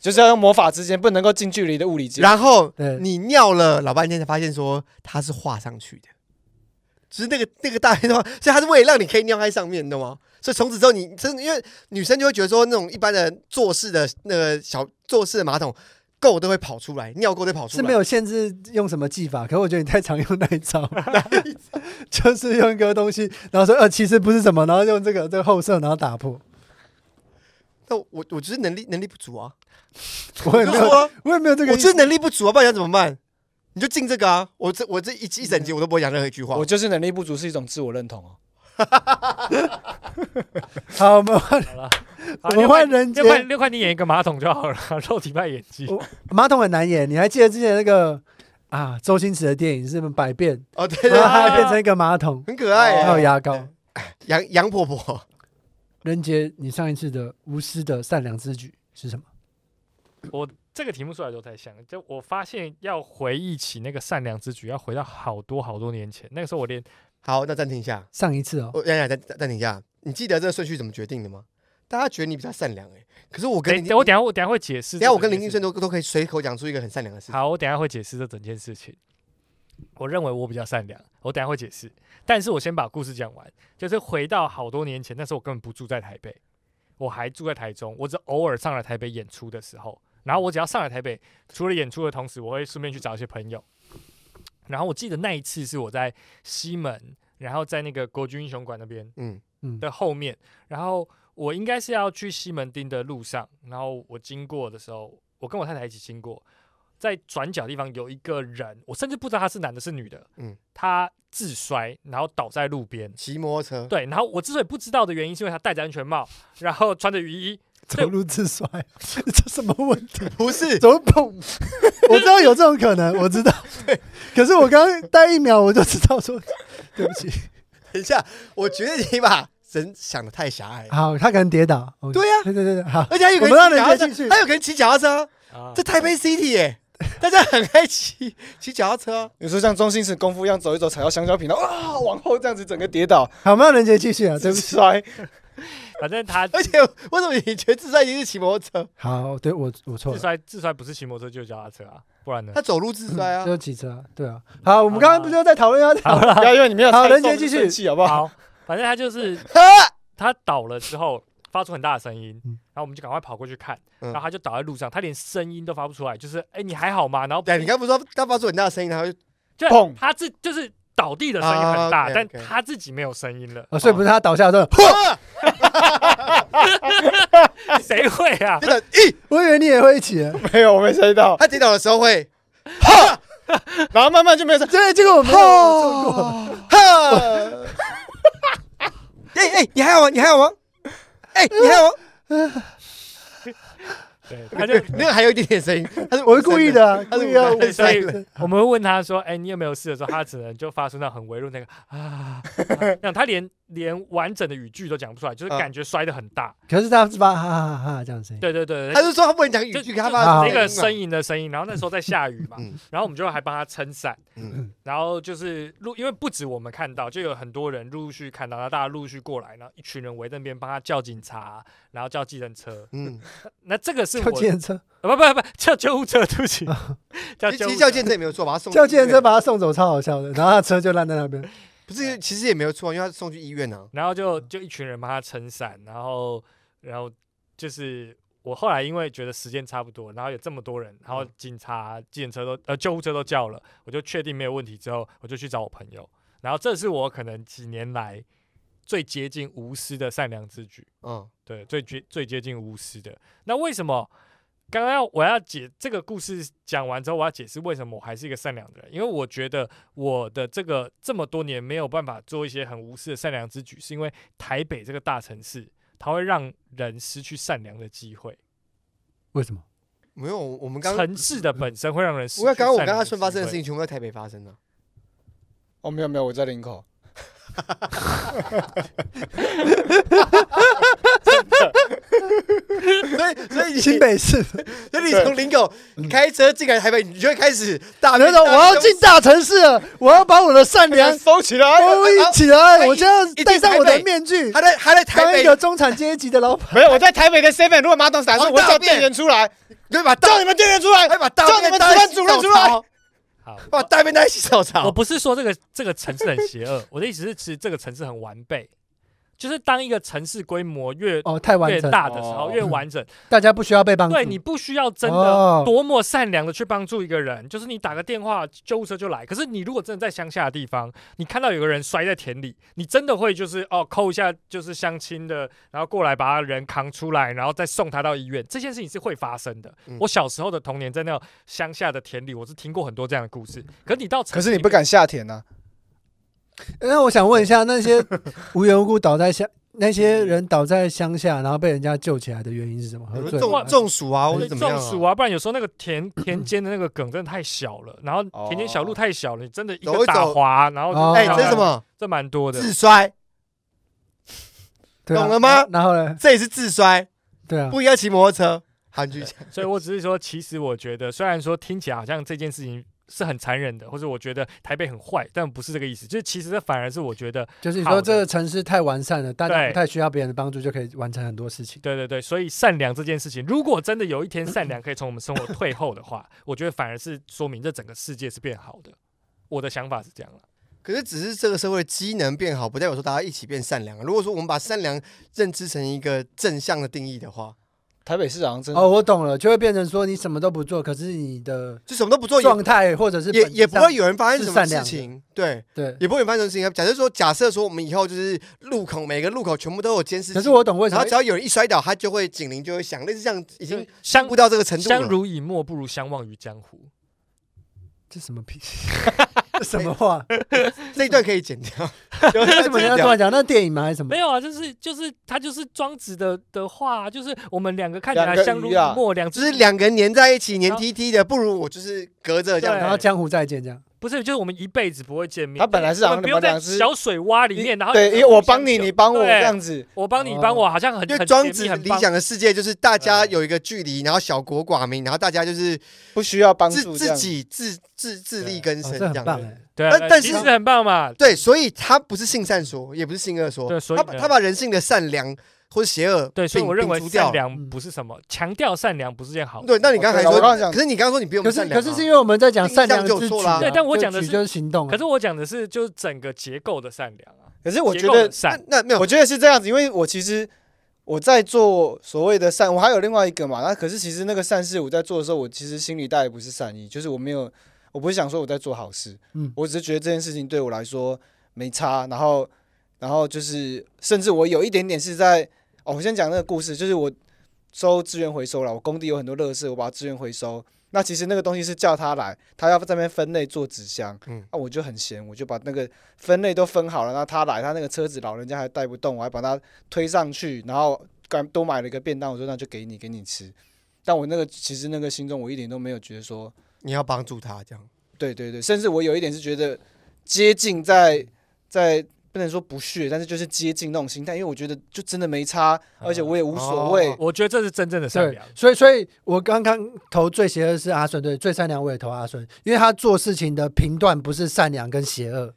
Speaker 3: 就是要用魔法之间不能够近距离的物理接触。
Speaker 2: 然后
Speaker 1: 对
Speaker 2: 你尿了老半天才发现说它是画上去的，只是那个那个大便的话，所以它是为了让你可以尿在上面，你懂吗？所以从此之后你，真的因为女生就会觉得说那种一般的坐式的那个小坐式的马桶垢都会跑出来，尿垢都会跑出
Speaker 1: 是
Speaker 2: 来，
Speaker 1: 没有限制用什么技法，可我觉得你太常用那一招， 就是用一个东西，然后说呃其实不是什么，然后用这个这个后射，然后打破。
Speaker 2: 那我我就是能力能力不足啊，
Speaker 1: 我也
Speaker 2: 就
Speaker 1: 没
Speaker 2: 说
Speaker 1: 有，
Speaker 2: 啊
Speaker 1: 我也没有这个
Speaker 2: 我
Speaker 1: 意
Speaker 2: 就是
Speaker 1: 思。
Speaker 2: 能力不足啊，不然想怎么办？你就进这个啊！我这我这一一整集我都不会讲任何一句话
Speaker 3: 我。就是能力不足是一种自我认同哦。
Speaker 1: 好，我们换
Speaker 4: 好了，
Speaker 1: 我们换人杰
Speaker 4: 六块六块，你演一个马桶就好了， 肉体派演技
Speaker 1: 我。马桶很难演，你还记得之前那个啊周星驰的电影是不是百变，
Speaker 2: 哦，对
Speaker 1: 然
Speaker 2: 对
Speaker 1: 后，他还变成一个马桶，
Speaker 2: 很可爱
Speaker 1: 还有
Speaker 2: 耶。
Speaker 1: 牙膏
Speaker 2: 对。杨杨婆婆，
Speaker 1: 任杰，你上一次的无私的善良之举是什么？
Speaker 4: 我这个题目出来都太像了，就我发现要回忆起那个善良之举，要回到好多好多年前。那个时候我连
Speaker 2: 好，那暂停一下。
Speaker 1: 上一次哦，
Speaker 2: 我等一下，暂暂暂停一下。你记得这个顺序怎么决定的吗？大家觉得你比较善良哎、可是我跟
Speaker 4: 等
Speaker 2: 你，
Speaker 4: 等我等一下我等一下会解释
Speaker 2: 等
Speaker 4: 这
Speaker 2: 一下我
Speaker 4: 整
Speaker 2: 跟林
Speaker 4: 件
Speaker 2: 俊
Speaker 4: 事
Speaker 2: 顺都都可以随口讲出一个很善良的事情。
Speaker 4: 好，我等一下会解释这整件事情。我认为我比较善良，我等一下会解释。但是我先把故事讲完，就是回到好多年前，那时候我根本不住在台北，我还住在台中，我只偶尔上来台北演出的时候，然后我只要上来台北，除了演出的同时，我会顺便去找一些朋友。然后我记得那一次是我在西门，然后在那个国军英雄馆那边，
Speaker 2: 嗯，
Speaker 1: 嗯，
Speaker 4: 的后面，然后我应该是要去西门町的路上，然后我经过的时候，我跟我太太一起经过，在转角地方有一个人，我甚至不知道他是男的是女的，
Speaker 2: 嗯
Speaker 4: 嗯，他自摔，然后倒在路边。
Speaker 2: 骑摩托车，
Speaker 4: 对，然后我之所以不知道的原因，是因为他戴着安全帽，然后穿着雨衣，
Speaker 1: 走路自摔， 这什么问题？
Speaker 2: 不 是
Speaker 1: 怎么碰？我知道有这种可能，我知道。可是我刚刚待一秒，我就知道说，对不起。
Speaker 2: 等一下，我觉得你把人想的太狭隘了。
Speaker 1: 好，他可能跌倒。OK
Speaker 2: 对呀
Speaker 1: 对对对，好。
Speaker 2: 而且还有个
Speaker 1: 啊我们让人
Speaker 2: 人骑
Speaker 1: 家
Speaker 2: 脚踏车
Speaker 1: 进去
Speaker 2: 还有个人骑脚踏车啊，
Speaker 4: 啊
Speaker 2: 在台北 City 哎、大家很爱骑骑脚踏车啊。
Speaker 3: 有时候像周星驰功夫一样走一走，踩到香蕉皮，然后啊往后这样子整个跌倒，
Speaker 1: 好，我们让人杰继 续啊，对不起。
Speaker 3: 摔。
Speaker 4: 反正他
Speaker 2: 而且为什么你觉得自摔一定是骑摩托车？
Speaker 1: 好，对我我错
Speaker 4: 自
Speaker 1: 了，
Speaker 4: 摔自摔不是骑摩托车就是脚踏车啊，不然呢？
Speaker 2: 他走路自摔啊
Speaker 1: 就。是骑车啊。对啊。好，我们刚刚不是在讨论要讨论？
Speaker 3: 不要因为你没有
Speaker 1: 好
Speaker 3: 猜
Speaker 1: 人
Speaker 3: 中
Speaker 1: 杰继
Speaker 3: 就
Speaker 1: 续
Speaker 3: 生气好不好？
Speaker 4: 好，反正他就是他倒了之后发出很大的声音，
Speaker 1: 嗯
Speaker 4: 然后我们就赶快跑过去看，
Speaker 2: 嗯
Speaker 4: 然后他就倒在路上，他连声音都发不出来，就是哎、你还好吗？然后
Speaker 2: 对，你刚不是说他发出很大的声音，然后就
Speaker 4: 就
Speaker 3: 砰
Speaker 4: 他自就是倒地的声音很
Speaker 2: 啊
Speaker 4: 大，
Speaker 2: ，OK，OK
Speaker 4: 但他自己没有声音了，
Speaker 1: 哦，所以不是他倒下的时候，
Speaker 4: 谁会 啊？
Speaker 2: 真的，咦，
Speaker 1: 我以为你也会一起。
Speaker 3: 没有，我没猜到。
Speaker 2: 他跌倒的时候会
Speaker 3: 然后慢慢就没有猜。
Speaker 1: 对，结果我没有中过。
Speaker 2: 哈。哎哎，你还好吗？你还好吗？哎，你还好吗？
Speaker 4: 对，他就
Speaker 2: 那个还有一点点声音，他是
Speaker 1: 我是故意的啊，
Speaker 2: 他
Speaker 1: 故
Speaker 2: 是
Speaker 1: 意啊
Speaker 2: 无声的
Speaker 4: 所以
Speaker 2: 他是无声的
Speaker 4: 我们会问他说，哎、你有没有事的时候，他只能就发出那很微弱那个啊，啊那他连连完整的语句都讲不出来，就是
Speaker 2: 啊
Speaker 4: 感觉摔得很大。
Speaker 1: 可是他是发哈哈哈哈这样子。
Speaker 4: 对对对，对
Speaker 2: 他是说他不能讲语
Speaker 4: 就
Speaker 2: 句，
Speaker 4: 就
Speaker 2: 给他发
Speaker 1: 好
Speaker 4: 那个
Speaker 2: 声音
Speaker 4: 呻
Speaker 2: 啊
Speaker 4: 吟的声音，然后那时候在下雨嘛，
Speaker 2: 嗯
Speaker 4: 然后我们就还帮他撑伞，
Speaker 2: 嗯
Speaker 4: 然后就是陆，因为不止我们看到，就有很多人陆陆续续看到，然后大家陆续过来，然后一群人围在那边帮他叫警察，然后叫计程车。
Speaker 2: 嗯，
Speaker 4: 那这个是我
Speaker 1: 叫计程车，
Speaker 4: 呃不不不叫救护车，对 不起，叫
Speaker 2: 其其
Speaker 4: 救护
Speaker 2: 实叫
Speaker 4: 车。
Speaker 2: 健身也没有错，把他送
Speaker 1: 叫计程车
Speaker 2: 吧，
Speaker 1: 把他送走，超好笑的。然后他车就烂在那边。
Speaker 2: 不是，其实也没有错，因为他送去医院啊。
Speaker 4: 然后就就一群人帮他撑伞，然后然后就是我后来因为觉得时间差不多，然后有这么多人，然后警察、计程车都呃救护车都叫了，我就确定没有问题之后，我就去找我朋友，然后这是我可能几年来最接近无私的善良之举，
Speaker 2: 嗯，
Speaker 4: 对，最接最接近无私的。那为什么刚刚要我要解这个故事讲完之后，我要解释为什么我还是一个善良的人？因为我觉得我的这个这么多年没有办法做一些很无私的善良之举，是因为台北这个大城市，它会让人失去善良的机会。
Speaker 1: 为什么？
Speaker 2: 没有，我们刚，
Speaker 4: 城市的本身会让人失去
Speaker 2: 我要刚刚我
Speaker 4: 善
Speaker 2: 刚
Speaker 4: 良
Speaker 2: 刚
Speaker 4: 的
Speaker 2: 顺发生的
Speaker 4: 机
Speaker 2: 事
Speaker 4: 会
Speaker 2: 情，全部在台北发生的。
Speaker 3: 哦，没有没有，我在林口。
Speaker 2: 所以，所以你，
Speaker 1: 新
Speaker 2: 所
Speaker 1: 北市，
Speaker 2: 以你从林口开车进来台北，你就会开始大
Speaker 1: 那
Speaker 2: 那
Speaker 1: 种我要进大城市了，我要把我的善良
Speaker 3: 人收起来，
Speaker 1: 都一起来，我就要戴上我的面具，
Speaker 2: 他在他在台
Speaker 1: 当一
Speaker 2: 北，
Speaker 1: 个中产阶级的老板。
Speaker 3: 没有，我在台北的 seven，如果马桶洒
Speaker 2: 哦
Speaker 3: 水，我
Speaker 2: 大
Speaker 3: 叫
Speaker 2: 便
Speaker 3: 店员出来，
Speaker 2: 对把大
Speaker 3: 叫你们店员出来
Speaker 2: 还，把大
Speaker 3: 叫你
Speaker 2: 便
Speaker 3: 们
Speaker 2: 当
Speaker 3: 值
Speaker 2: 成
Speaker 3: 班
Speaker 2: 洗
Speaker 3: 主
Speaker 2: 手
Speaker 3: 任出来
Speaker 2: 槽，
Speaker 4: 好，
Speaker 2: 把大便当成洗手
Speaker 4: 我
Speaker 2: 槽。
Speaker 4: 不是说这个这个城市很邪恶，我的意思是，其实这个城市很完备，就是当一个城市规模越
Speaker 1: 哦，太完
Speaker 4: 越
Speaker 1: 整，
Speaker 4: 大的时候，
Speaker 3: 哦
Speaker 4: 越完整，
Speaker 1: 大家不需要被帮助。
Speaker 4: 对你不需要真
Speaker 1: 哦
Speaker 4: 的多么善良的去帮助一个人，就是你打个电话，救护车就来。可是你如果真的在乡下的地方，你看到有个人摔在田里，你真的会就是哦扣一下就是相亲的，然后过来把他人扛出来，然后再送他到医院，这件事情是会发生的。
Speaker 2: 嗯
Speaker 4: 我小时候的童年在那种乡下的田里，我是听过很多这样的故事。可你到城
Speaker 3: 可是你
Speaker 4: 里
Speaker 3: 不敢下田啊呐，
Speaker 1: 那我想问一下，那些无缘无故倒在乡，那些人倒在乡下，然后被人家救起来的原因是什么？喝醉了吗
Speaker 2: 中中暑啊，或者
Speaker 4: 对
Speaker 2: 怎么样
Speaker 4: 中
Speaker 2: 啊？
Speaker 4: 暑啊，不然有时候那个田田间的那个梗真的太小了，然后
Speaker 3: 哦
Speaker 4: 田间小路太小了，你真的一
Speaker 2: 走
Speaker 4: 个
Speaker 2: 一走
Speaker 4: 打滑，然后就
Speaker 1: 哦
Speaker 2: 哎，
Speaker 4: 掉
Speaker 2: 这是
Speaker 4: 下
Speaker 2: 什
Speaker 4: 来？
Speaker 2: 么？
Speaker 4: 这蛮多的，
Speaker 2: 自摔，
Speaker 1: 对啊
Speaker 2: 懂了吗
Speaker 1: 然后呢？
Speaker 2: 这也是自摔，
Speaker 1: 对啊，
Speaker 2: 不应该骑摩托车。韩剧讲，
Speaker 4: 所以我只是说，其实我觉得，虽然说听起来好像这件事情是很残忍的，或者我觉得台北很坏，但不是这个意思，就是其实这反而是我觉得，
Speaker 1: 就是你
Speaker 4: 好
Speaker 1: 说
Speaker 4: 的
Speaker 1: 这个城市太完善了，大家
Speaker 4: 对
Speaker 1: 不太需要别人的帮助就可以完成很多事情。
Speaker 4: 对对对，所以善良这件事情，如果真的有一天善良可以从我们生活退后的话，我觉得反而是说明这整个世界是变好的。我的想法是这样了。
Speaker 2: 可是只是这个社会机能变好，不代表说大家一起变善良啊。如果说我们把善良认知成一个正向的定义的话，
Speaker 3: 台北市长真的
Speaker 1: 哦，我懂了，就会变成说你什么都不做，可是你的
Speaker 2: 就什么都不做，也
Speaker 1: 状态或者是
Speaker 2: 也
Speaker 1: 本质
Speaker 2: 也不会
Speaker 1: 上
Speaker 2: 有人发生什么
Speaker 1: 是善
Speaker 2: 事
Speaker 1: 良
Speaker 2: 情，对，
Speaker 1: 对。
Speaker 2: 也不会有人发生什么事情啊。假设说，假设说我们以后就是路口每个路口全部都有监视器，
Speaker 1: 可是我懂为什
Speaker 2: 然
Speaker 1: 么
Speaker 2: 后只要有人一摔倒，他就会警铃就会响，类似这样已经
Speaker 4: 相
Speaker 2: 进步到这个程度
Speaker 4: 相
Speaker 2: 了。
Speaker 4: 濡以沫，不如相忘于江湖。
Speaker 1: 这什么屁，这什么 话？
Speaker 2: 这一段可 以剪掉，
Speaker 1: 为什么人家突然讲那电影吗？还是什么
Speaker 4: 没？有啊，就是就是他就是庄子的的话、啊就是我们两个看起
Speaker 3: 两
Speaker 4: 来
Speaker 3: 个
Speaker 4: 相濡
Speaker 3: 鱼
Speaker 4: 以
Speaker 3: 啊
Speaker 4: 沫，两
Speaker 2: 就
Speaker 4: 只
Speaker 2: 是两个人黏在一起，黏
Speaker 4: 然后
Speaker 2: T T 的，不如我就是隔着这样
Speaker 4: 对啊
Speaker 1: 然后江湖再见这样。
Speaker 4: 不是，就是我们一辈子不会见面。
Speaker 3: 他本来是
Speaker 4: 我
Speaker 3: 想
Speaker 4: 们
Speaker 3: 你们
Speaker 4: 不用
Speaker 3: 两
Speaker 4: 在
Speaker 3: 只，
Speaker 4: 小水洼里面，然后
Speaker 3: 对，因为我帮你，
Speaker 4: 对
Speaker 3: 你帮我这样子，
Speaker 4: 我帮
Speaker 1: 哦
Speaker 4: 你，帮我，好像很
Speaker 2: 因为
Speaker 4: 很
Speaker 2: 庄
Speaker 4: 甜
Speaker 2: 子
Speaker 4: 蜜很
Speaker 2: 理
Speaker 4: 棒
Speaker 2: 想的世界就是大家
Speaker 4: 对
Speaker 2: 有一个距离，然后小国寡民，然后大家就是
Speaker 3: 不需要帮
Speaker 2: 自
Speaker 3: 助这
Speaker 2: 自
Speaker 3: 样。
Speaker 2: 己自自自力
Speaker 4: 对
Speaker 2: 更
Speaker 1: 哦
Speaker 2: 生
Speaker 1: 这
Speaker 2: 这
Speaker 1: 很
Speaker 2: 样
Speaker 1: 棒
Speaker 2: 子。
Speaker 1: 哎，
Speaker 4: 对，啊
Speaker 2: 但
Speaker 4: 对
Speaker 2: 但
Speaker 4: 其
Speaker 2: 是
Speaker 4: 实很棒嘛。
Speaker 2: 对，所以他不是性善说，也不是性恶说，
Speaker 4: 对所以
Speaker 2: 他把
Speaker 4: 呢
Speaker 2: 他把人性的善良或是邪恶
Speaker 4: 对，所以
Speaker 2: 摒
Speaker 4: 我认为
Speaker 2: 摒除掉了。
Speaker 4: 善
Speaker 1: 嗯
Speaker 4: 良不是什么，强调善良不是件好事。
Speaker 2: 对，那你刚才
Speaker 3: 我刚
Speaker 2: 说，
Speaker 3: 刚讲
Speaker 2: 可是你刚刚说你比我
Speaker 1: 可
Speaker 2: 们
Speaker 1: 是
Speaker 2: 善
Speaker 1: 可
Speaker 2: 良啊，
Speaker 1: 是是因为我们在讲善良
Speaker 2: 印象
Speaker 1: 之
Speaker 2: 就
Speaker 1: 举
Speaker 2: 错
Speaker 1: 啊，
Speaker 2: 啦
Speaker 4: 对但我讲的
Speaker 1: 举
Speaker 4: 是
Speaker 1: 就是行动啊。
Speaker 4: 可是我讲的是，就是整个结构的善良啊，
Speaker 3: 可是我
Speaker 4: 结
Speaker 3: 觉
Speaker 4: 构
Speaker 3: 得
Speaker 4: 的，善。
Speaker 2: 那那没有
Speaker 3: 我觉得是这样子，因为我其实我在做所谓的善，我还有另外一个嘛。那可是其实那个善事我在做的时候，我其实心里带的不是善意，就是我没有，我不是想说我在做好事，
Speaker 1: 嗯
Speaker 3: 我只是觉得这件事情对我来说没差，然后然后就是甚至我有一点点是在哦，我先讲那个故事，就是我收资源回收了，我工地有很多垃圾，我把它资源回收。那其实那个东西是叫他来，他要在那边分类做纸箱，
Speaker 2: 嗯
Speaker 3: 那、我就很闲，我就把那个分类都分好了，那他来，他那个车子老人家还带不动，我还把他推上去，然后刚多买了一个便当，我说那就给你，给你吃。但我那个其实那个心中我一点都没有觉得说，
Speaker 2: 你要帮助他这样，
Speaker 3: 对对对，甚至我有一点是觉得接近在在不能说不屑，但是就是接近那种心态，因为我觉得就真的没差，而且我也无所谓。
Speaker 2: 哦
Speaker 4: 我觉得这是真正的善
Speaker 1: 对
Speaker 4: 良，，
Speaker 1: 所以所以，我刚刚投最邪恶是阿顺，对，最善良我也投阿顺，因为他做事情的评断不是善良跟邪恶，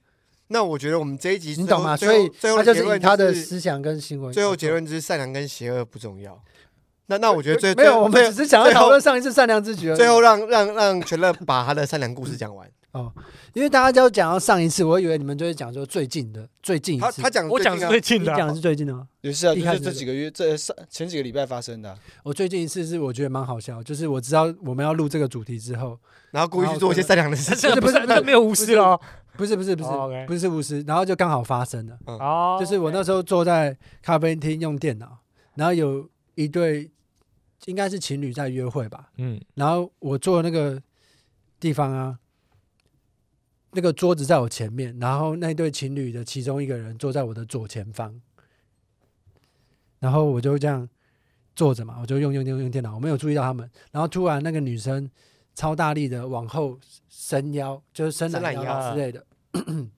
Speaker 2: 那我觉得我们这一集
Speaker 1: 你
Speaker 2: 最
Speaker 1: 懂
Speaker 2: 后
Speaker 1: 吗？
Speaker 2: 最后
Speaker 1: 所以
Speaker 2: 最后
Speaker 1: 他就
Speaker 2: 结
Speaker 1: 是以
Speaker 2: 论
Speaker 1: 他的
Speaker 2: 是
Speaker 1: 思想跟行为。
Speaker 2: 最后结论就是善良跟邪恶不重要。那那我觉得最
Speaker 1: 没有，我们
Speaker 2: 最
Speaker 1: 只是想要
Speaker 2: 最后
Speaker 1: 讨论上一次善良之举而已。
Speaker 2: 最后让让让全乐把他的善良故事讲完。
Speaker 1: 因为大家都讲到上一次，我以为你们就会讲说最近的最近一
Speaker 2: 他
Speaker 1: 次
Speaker 2: 他。讲
Speaker 4: 我讲
Speaker 2: 最近啊
Speaker 4: 最近
Speaker 1: 你
Speaker 4: 的啊、
Speaker 1: 讲的是最近的吗？
Speaker 3: 也是啊，
Speaker 1: 一
Speaker 3: 就
Speaker 1: 开
Speaker 3: 是
Speaker 1: 始
Speaker 3: 这几个月，这上前几个礼拜发生的啊、
Speaker 1: 我最近一次是我觉得蛮好笑，就是我知道我们要录这个主题之后，
Speaker 2: 啊然后故意去做一些善良的事情
Speaker 4: 这，个不
Speaker 1: 不是
Speaker 4: 是
Speaker 1: 不是
Speaker 4: 这没有无私了
Speaker 1: 不是不是不是、
Speaker 4: 哦，OK
Speaker 1: 不是不是，然后就刚好发生了，
Speaker 4: 哦，
Speaker 1: 就是我那时候坐在咖啡厅用电脑，然后有一对应该是情侣在约会吧，
Speaker 4: 嗯
Speaker 1: 然后我坐的那个地方啊，那个桌子在我前面，然后那对情侣的其中一个人坐在我的左前方，然后我就这样坐着嘛，我就用用用用电脑，我没有注意到他们，然后突然那个女生超大力的往后伸腰，就是伸
Speaker 2: 伸
Speaker 1: 懒
Speaker 2: 懒
Speaker 4: 腰
Speaker 1: 腰啊之类的。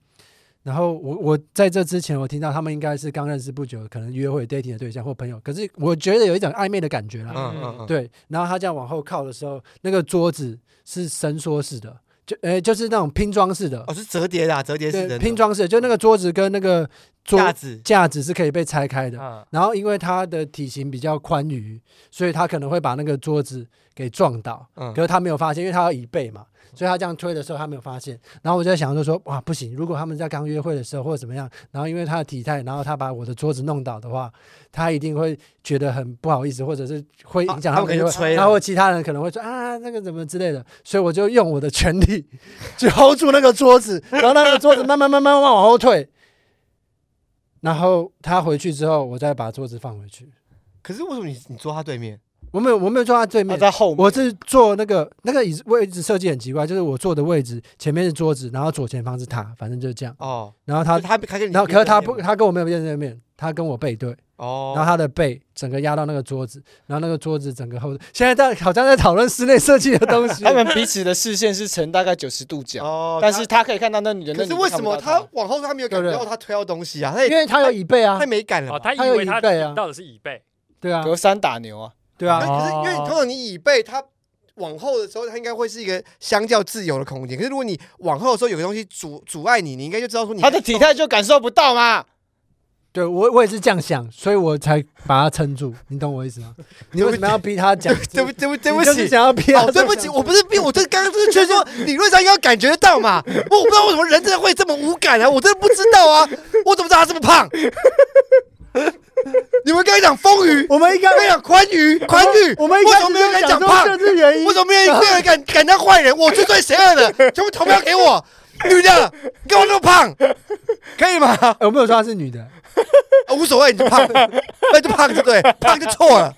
Speaker 1: 然后我我在这之前，我听到他们应该是刚认识不久，可能约会 dating 的对象或朋友，可是我觉得有一种暧昧的感觉啦。
Speaker 2: 嗯嗯嗯，
Speaker 1: 对，然后他这样往后靠的时候，那个桌子是伸缩式的，就呃、就是那种拼装式的，
Speaker 2: 哦是折叠的啊，折叠式
Speaker 1: 对，
Speaker 2: 的
Speaker 1: 拼装式的，就那个桌子跟那个桌
Speaker 2: 架子，
Speaker 1: 架子是可以被拆开的。
Speaker 4: 嗯，
Speaker 1: 然后因为他的体型比较宽裕，所以他可能会把那个桌子给撞倒，
Speaker 2: 嗯
Speaker 1: 可是他没有发现，因为他要椅背嘛，所以他这样推的时候他没有发现。然后我就在想说说，哇，不行！如果他们在刚约会的时候或者怎么样，然后因为他的体态，然后他把我的桌子弄倒的话，他一定会觉得很不好意思，或者是会影响
Speaker 2: 啊
Speaker 1: 他
Speaker 2: 他
Speaker 1: 们
Speaker 2: 们可能
Speaker 1: 约
Speaker 2: 就吹
Speaker 1: 会，
Speaker 2: 了
Speaker 1: 然后其他人可能会说啊那个怎么之类的。所以我就用我的全 力去 hold 住那个桌子，然后那个桌子慢慢慢慢慢慢往后退。然后他回去之后，我再把桌子放回去。
Speaker 2: 可是为什么你你坐他对面？
Speaker 1: 我没有，我没有坐他对面
Speaker 2: 哦
Speaker 3: 他，在后面，
Speaker 1: 我是坐那个那个椅子位置设计很奇怪，就是我坐的位置前面是桌子，然后左前方是他，反正就是这样。
Speaker 2: 哦，
Speaker 1: 然后
Speaker 2: 他
Speaker 1: 他，
Speaker 2: 他他跟你，
Speaker 1: 然后可是他不，他跟我没有面对面，他跟我背对，
Speaker 2: 哦
Speaker 1: 然，后他的背整个压到那个桌子，然后那个桌子整个后，现在在好像在讨论室内设计的东 西
Speaker 3: 他。们彼此的视线是呈大概九十度角，
Speaker 2: 哦，
Speaker 3: 但是他可以看到那女人，
Speaker 2: 可
Speaker 3: 那
Speaker 2: 是
Speaker 3: 女
Speaker 2: 为什
Speaker 3: 人看不
Speaker 2: 么
Speaker 3: 到
Speaker 2: 他往后他没有感觉
Speaker 1: 对不
Speaker 2: 到
Speaker 1: 对
Speaker 2: 他推到东西啊？他也
Speaker 1: 因为他有椅背啊
Speaker 2: 太，没感了
Speaker 4: 哦，
Speaker 2: 吧。
Speaker 4: 他
Speaker 1: 他
Speaker 4: 以
Speaker 1: 有
Speaker 4: 为
Speaker 1: 椅
Speaker 4: 他
Speaker 1: 背啊
Speaker 4: 到的是椅背，
Speaker 1: 对啊，
Speaker 3: 隔山打牛啊？
Speaker 1: 对啊
Speaker 2: 那，可是因为
Speaker 4: 哦
Speaker 2: 你通常你椅背它往后的时候，它应该会是一个相较自由的空间。可是如果你往后的时候有个东西阻阻碍你，你应该就知道说你哦
Speaker 3: 他的体态就感受不到嘛？
Speaker 1: 对我我也是这样想，所以我才把他撑住，你懂我意思吗？你为什么要逼他讲？
Speaker 2: 对不对不对
Speaker 1: 你
Speaker 2: 不
Speaker 1: 就是
Speaker 2: 起。
Speaker 1: 想要逼他
Speaker 2: 哦，对不起，我不是病，我这刚刚就是觉得说理论上应该要感觉得到嘛，我我不知道为什么人真的会这么无感啊，我真的不知道啊，我怎么知道他这么胖？ 你们刚才讲丰腴，
Speaker 1: 我们应该
Speaker 2: 刚才讲宽裕，宽裕，
Speaker 1: 我们一
Speaker 2: 为
Speaker 1: 开
Speaker 2: 什么
Speaker 1: 始
Speaker 2: 没有人
Speaker 1: 就
Speaker 2: 讲
Speaker 1: 说
Speaker 2: 胖？
Speaker 1: 政治原因
Speaker 2: 我，怎么没有一个人敢敢当坏人？我最最邪恶的，全部投票给 我，女的，你干嘛那么胖？可以吗？啊
Speaker 1: 哎我没有说她是女的，
Speaker 2: 无所谓，你就 胖，那就胖就对，胖就错了，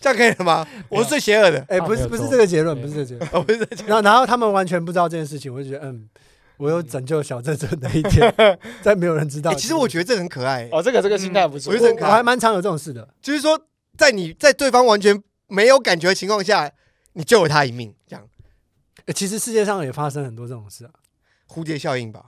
Speaker 2: 这样可以了吗？我是最邪恶的，
Speaker 1: 哎，
Speaker 4: 啊
Speaker 1: 不
Speaker 4: 没
Speaker 1: 是
Speaker 4: 有
Speaker 1: 不是
Speaker 4: 错
Speaker 1: 这个结论，
Speaker 4: 对
Speaker 1: 不是这个结论。
Speaker 2: 我不是最
Speaker 1: 然后然后他们完全不知道这件事情，我就觉得嗯，我有拯救小镇镇的一 天，在没有人知道
Speaker 2: 哎
Speaker 1: 的
Speaker 2: 其
Speaker 1: 情
Speaker 2: 实
Speaker 1: 况
Speaker 2: 我
Speaker 1: 下。
Speaker 2: 觉得这很可爱，
Speaker 3: 哦，这个这个心态不错，
Speaker 2: 我觉得很可
Speaker 1: 我
Speaker 2: 爱
Speaker 1: 还蛮常有这种事的，
Speaker 2: 就是说，在你在对方完全没有感觉的情况下，你救了他一命，这样
Speaker 1: 哎其实世界上也发生很多这种事啊。
Speaker 2: 蝴蝶效应吧？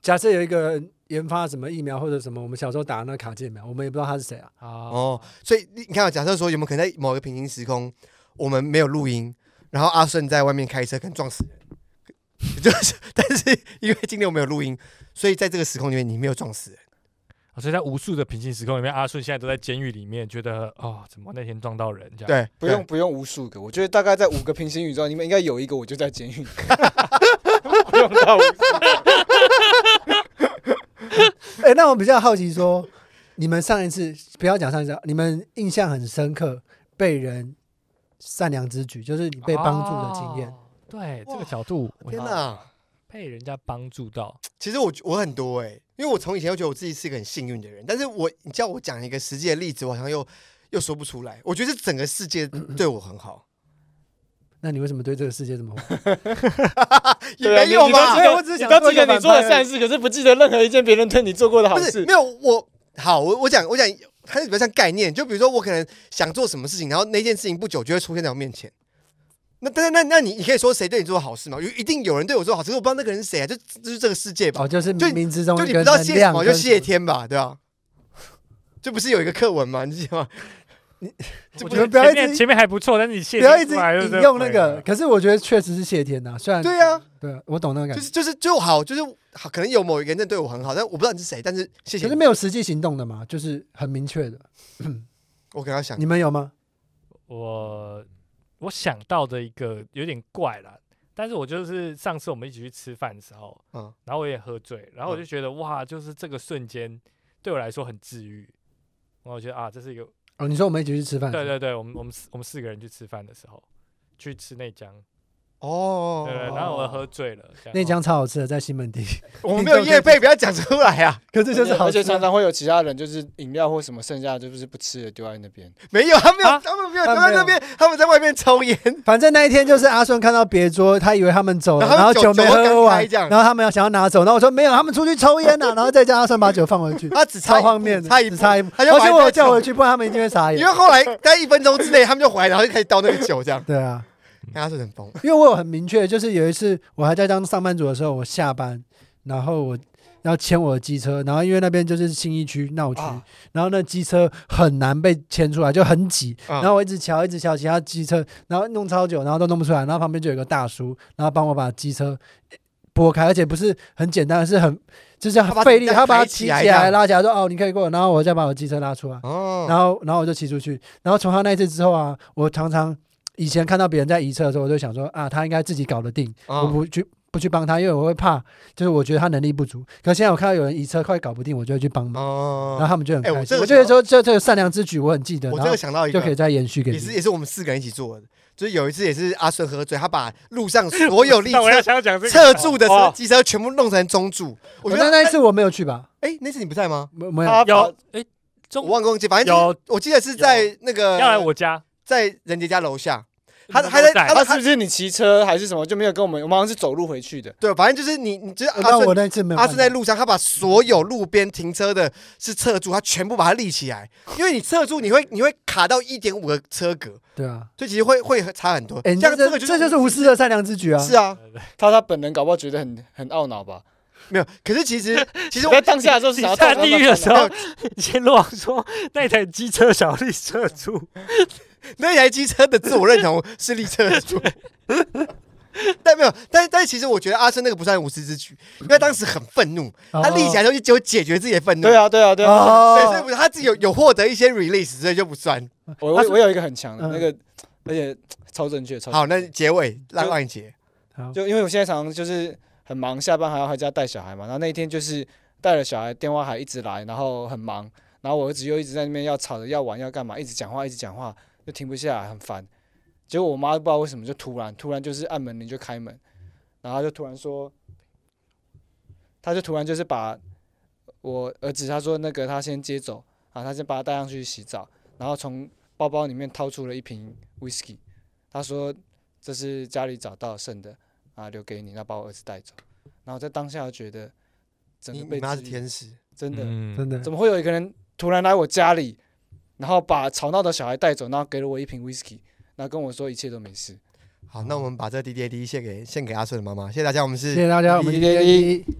Speaker 1: 假设有一个人研发什么疫苗或者什么，我们小时候打的那卡介苗，我们也不知道他是谁啊。
Speaker 2: 哦，所以你你看啊，假设说有没有可能在某个平行时空，我们没有录音，然后阿顺在外面开车，可能撞死人。就是，但是因为今天我没有录音，所以在这个时空里面你没有撞死人。
Speaker 4: 哦所以在无数的平行时空里面，阿顺现在都在监狱里面，觉得哦，怎么那天撞到人这样？，
Speaker 2: 对，
Speaker 3: 不用不用无数个，我觉得大概在五个平行宇宙，你们应该有一个我就在监狱，不用到五
Speaker 1: 哎、那我比较好奇说，你们上一次不要讲上一次，啊你们印象很深刻被人善良之举，就是你被帮助的经验。
Speaker 4: 哦。对
Speaker 2: 哇
Speaker 4: 这个角度，我
Speaker 2: 天
Speaker 4: 想
Speaker 2: 哪！
Speaker 4: 被人家帮助到，
Speaker 2: 其实我我很多哎、因为我从以前就觉得我自己是一个很幸运的人，但是我你叫我讲一个实际的例子，我好像又又说不出来。我觉得整个世界对我很好，
Speaker 1: 那你为什么对这个世界这么坏？
Speaker 2: 也没有吧？
Speaker 1: 对我只是想
Speaker 3: 都
Speaker 1: 做一
Speaker 3: 记
Speaker 1: 个反
Speaker 3: 得啊你做
Speaker 1: 派
Speaker 3: 的
Speaker 1: 而已
Speaker 3: 善事，可是不记得任何一件别人对你做过的好
Speaker 2: 不
Speaker 3: 事
Speaker 2: 是没。有我好，我我讲我讲，它是比较像概念，就比如说我可能想做什么事情，然后那件事情不久就会出现在我面前。那但是那那你你可以说谁对你做好事吗？有一定有人对我做好事，可是我不知道那个人是谁啊，就就是这个世界吧，
Speaker 1: 哦，就是
Speaker 2: 就
Speaker 1: 冥冥之中
Speaker 2: 就
Speaker 1: 一
Speaker 2: 你不
Speaker 1: 个
Speaker 2: 知道
Speaker 1: 能
Speaker 2: 谢什
Speaker 1: 量
Speaker 2: 么
Speaker 1: 跟，
Speaker 2: 就谢天吧，对吧、就不是有一个课文吗？你记得吗？
Speaker 1: 我
Speaker 4: 我
Speaker 1: 觉
Speaker 4: 觉
Speaker 1: 得
Speaker 4: 得
Speaker 1: 不要一
Speaker 4: 前
Speaker 1: 直
Speaker 4: 面前面还不错，但是你
Speaker 1: 不
Speaker 4: 现
Speaker 1: 要一
Speaker 4: 在
Speaker 1: 直
Speaker 4: 出来就
Speaker 1: 引
Speaker 4: 是
Speaker 1: 用那
Speaker 4: 毁
Speaker 1: 个。
Speaker 4: 了
Speaker 1: 可是我觉得确实是谢天呐、虽然
Speaker 2: 对呀、
Speaker 1: 对我懂那个感
Speaker 2: 就
Speaker 1: 觉，
Speaker 2: 是就是就好，就是好，可能有某一个人真的对我很好，但我不知道你是谁，但是谢谢
Speaker 1: 可是
Speaker 2: 你，
Speaker 1: 没有实际行动的嘛，就是很明确的。
Speaker 2: 我可能要想
Speaker 1: 你们有吗？
Speaker 4: 我我想到的一个有点怪啦，但是我就是上次我们一起去吃饭的时候，
Speaker 2: 嗯
Speaker 4: 然后我也喝醉，然后我
Speaker 2: 嗯
Speaker 4: 就觉得、哇，就是这个瞬间对我来说很治愈。然后我觉得啊，这是一个
Speaker 1: 哦，你说我们一起去吃饭？
Speaker 4: 对对对，我们我们四我们四个人去吃饭的时候，去吃内江，
Speaker 2: 哦
Speaker 4: 对，对，然后我喝醉了，这样哦
Speaker 1: 那家超好吃的，在西门町。
Speaker 2: 我们没有夜配，不要讲出来啊！
Speaker 1: 可这就是好
Speaker 3: 而
Speaker 1: 吃
Speaker 3: 且
Speaker 1: 啊。
Speaker 3: 常常会有其他人，就是饮料或什么剩下的，就是不吃的丢在那边。
Speaker 2: 没有，他没有，
Speaker 4: 啊
Speaker 2: 他们没有，
Speaker 1: 他
Speaker 2: 他们
Speaker 1: 没
Speaker 2: 在
Speaker 1: 有
Speaker 2: 那边，他们在外面抽烟，
Speaker 1: 反正那一天就是阿顺看到别桌，他以为他们走了，
Speaker 2: 然后
Speaker 1: 然后
Speaker 2: 酒
Speaker 1: 没
Speaker 2: 酒都
Speaker 1: 喝
Speaker 2: 刚
Speaker 1: 完
Speaker 2: 开这，样
Speaker 1: 然后他们要想要拿走，然后我说没有，他们出去抽烟呢、然后再叫阿顺把酒放回去，
Speaker 2: 他只差
Speaker 1: 超
Speaker 2: 一
Speaker 1: 方
Speaker 2: 步
Speaker 1: 面的，
Speaker 2: 差一
Speaker 1: 只
Speaker 2: 步，
Speaker 1: 差一步，
Speaker 2: 他就
Speaker 1: 而且
Speaker 2: 把
Speaker 1: 我
Speaker 2: 那
Speaker 1: 叫
Speaker 2: 酒
Speaker 1: 回去，不然他们一定会傻
Speaker 2: 因
Speaker 1: 眼
Speaker 2: 为。后来在一分钟之内，他们就回来，然后就开始倒那个酒，这样，
Speaker 1: 对啊，
Speaker 2: 然后他是很疯。
Speaker 1: 因为我有很明确，就是有一次我还在当上班族的时候，我下班，然后我要牵我的机车，然后因为那边就是新一区闹区，
Speaker 3: 啊
Speaker 1: 然后那机车很难被牵出来，就很挤，
Speaker 2: 然
Speaker 1: 然后我一直瞧，一直瞧其他机车，然后弄超久，然后都弄不出来，然后旁边就有个大叔，然后帮我把机车呃拨开，而且不是很简单，是很就是
Speaker 2: 他把
Speaker 1: 很费力，
Speaker 2: 它
Speaker 1: 他把它
Speaker 2: 抬
Speaker 1: 提
Speaker 2: 起来
Speaker 1: 起
Speaker 2: 这
Speaker 1: 来
Speaker 2: 样
Speaker 1: 拉起来说哦你可以过，然后我再把我机车拉出来，
Speaker 2: 哦，
Speaker 1: 然后然后我就骑出去，然后从他那一次之后啊，我常常以前看到别人在移车的时候，我就想说啊他应该自己搞得定，我
Speaker 2: 嗯
Speaker 1: 不去。不去帮他，因为我会怕，就是我觉得他能力不足。可现在我看到有人移车快搞不定，我就会去帮忙，然后
Speaker 2: 哦，
Speaker 1: 他们就很
Speaker 2: 哎我
Speaker 1: 开心。
Speaker 2: 这个
Speaker 1: 我觉得
Speaker 2: 想到
Speaker 1: 说这这个善良之举，我很记得，
Speaker 2: 我
Speaker 1: 然
Speaker 2: 这
Speaker 1: 后
Speaker 2: 个想到一
Speaker 1: 就可以
Speaker 2: 个，
Speaker 1: 再延续给
Speaker 2: 也
Speaker 1: 你。
Speaker 2: 是也是我们四个人一起做的，就是有一次也是阿顺喝醉，他把路上所有立
Speaker 4: 但我要
Speaker 2: 车
Speaker 4: 想要讲这个
Speaker 2: 侧柱的车
Speaker 3: 哇
Speaker 2: 机车全部弄成中柱，我觉
Speaker 1: 哦
Speaker 2: 得
Speaker 1: 那那一次我没有去吧，
Speaker 2: 哎那次你不在吗？
Speaker 1: 没没有。
Speaker 3: 他
Speaker 4: 有哎
Speaker 2: 哦我
Speaker 4: 中
Speaker 2: 忘光记，反正
Speaker 4: 有
Speaker 2: 就是我记得是在那个
Speaker 4: 要来我家，
Speaker 2: 在任杰家楼下，
Speaker 4: 你
Speaker 2: 他
Speaker 4: 们
Speaker 2: 他
Speaker 4: 都
Speaker 2: 在他
Speaker 3: 他
Speaker 2: 在
Speaker 3: 是不是你骑车还是什么就没有跟我们？我们好像是走路回去的。
Speaker 2: 对，反正就是你你就是阿
Speaker 1: 那
Speaker 2: 顺
Speaker 1: 我那次没有
Speaker 2: 他
Speaker 1: 看到。
Speaker 2: 是在路上，他把所有路边停车的是侧柱，他全部把它立起来，因为你侧柱你会你会卡到一点五个车格，
Speaker 1: 对啊，
Speaker 2: 所以其实会会差很多。
Speaker 1: 哎，
Speaker 2: 像
Speaker 1: 你
Speaker 2: 这样
Speaker 1: 这
Speaker 2: 个
Speaker 1: 这就是无私的善良之举啊。
Speaker 2: 是啊，
Speaker 3: 他他本人搞不好觉得很很懊恼吧？
Speaker 2: 没有。可是其 实其实
Speaker 3: 你
Speaker 2: 我
Speaker 3: 在当下的时候是
Speaker 4: 你
Speaker 3: 想要
Speaker 4: 下
Speaker 3: 痛
Speaker 4: 地狱的时候
Speaker 3: 痛，
Speaker 4: 先乱说那台机车小丽车主，
Speaker 2: 那台机车的自我认同是立侧柱。 但没有，但但其实我觉得阿生那个不算无私之举，因为他当时很愤怒，
Speaker 1: 哦
Speaker 2: 啊他立起来之后就只有解决自己的愤怒。
Speaker 3: 对，啊对啊对啊！
Speaker 2: 对，所以
Speaker 1: 哦，
Speaker 2: 不是他自己有有获得一些 release，所以就不算。
Speaker 3: 哦我
Speaker 1: 他是
Speaker 3: 我我有一个很强的
Speaker 1: 嗯
Speaker 3: 那个，而且超正确，超正确
Speaker 2: 好，那结尾让让你结。
Speaker 3: 就因为我现在常常就是很忙，下班还要回家带小孩嘛。然后那一天就是带了小孩，电话还一直来，然后很忙，然后我儿子又一直在那边要吵着要玩要干嘛，一直讲话一直讲话，就停不下来，很烦。结果我妈不知道为什么就突然突然就是按门铃就开门，然后她就突然说，她就突然就是把我儿子她说那个她先接走，然后她先把他带上去洗澡，然后从包包里面掏出了一瓶 whisky，她说这是家里找到剩的啊，留给你，那把我儿子带走。然后在当下就觉得整
Speaker 2: 你
Speaker 3: 个
Speaker 2: 你
Speaker 3: 被
Speaker 2: 妈是
Speaker 3: 治愈
Speaker 2: 天使，
Speaker 3: 真的。
Speaker 4: 嗯，
Speaker 1: 真的
Speaker 3: 怎么会有一个人突然来我家里，然后把吵闹的小孩带走，然后给了我一瓶 whisky，然后跟我说一切都没事。
Speaker 2: 好，那我们把这 D D A D 献给献给阿顺的妈妈，谢谢大家，我们是
Speaker 1: 啊谢谢大家，我们
Speaker 3: 滴滴滴
Speaker 1: 滴滴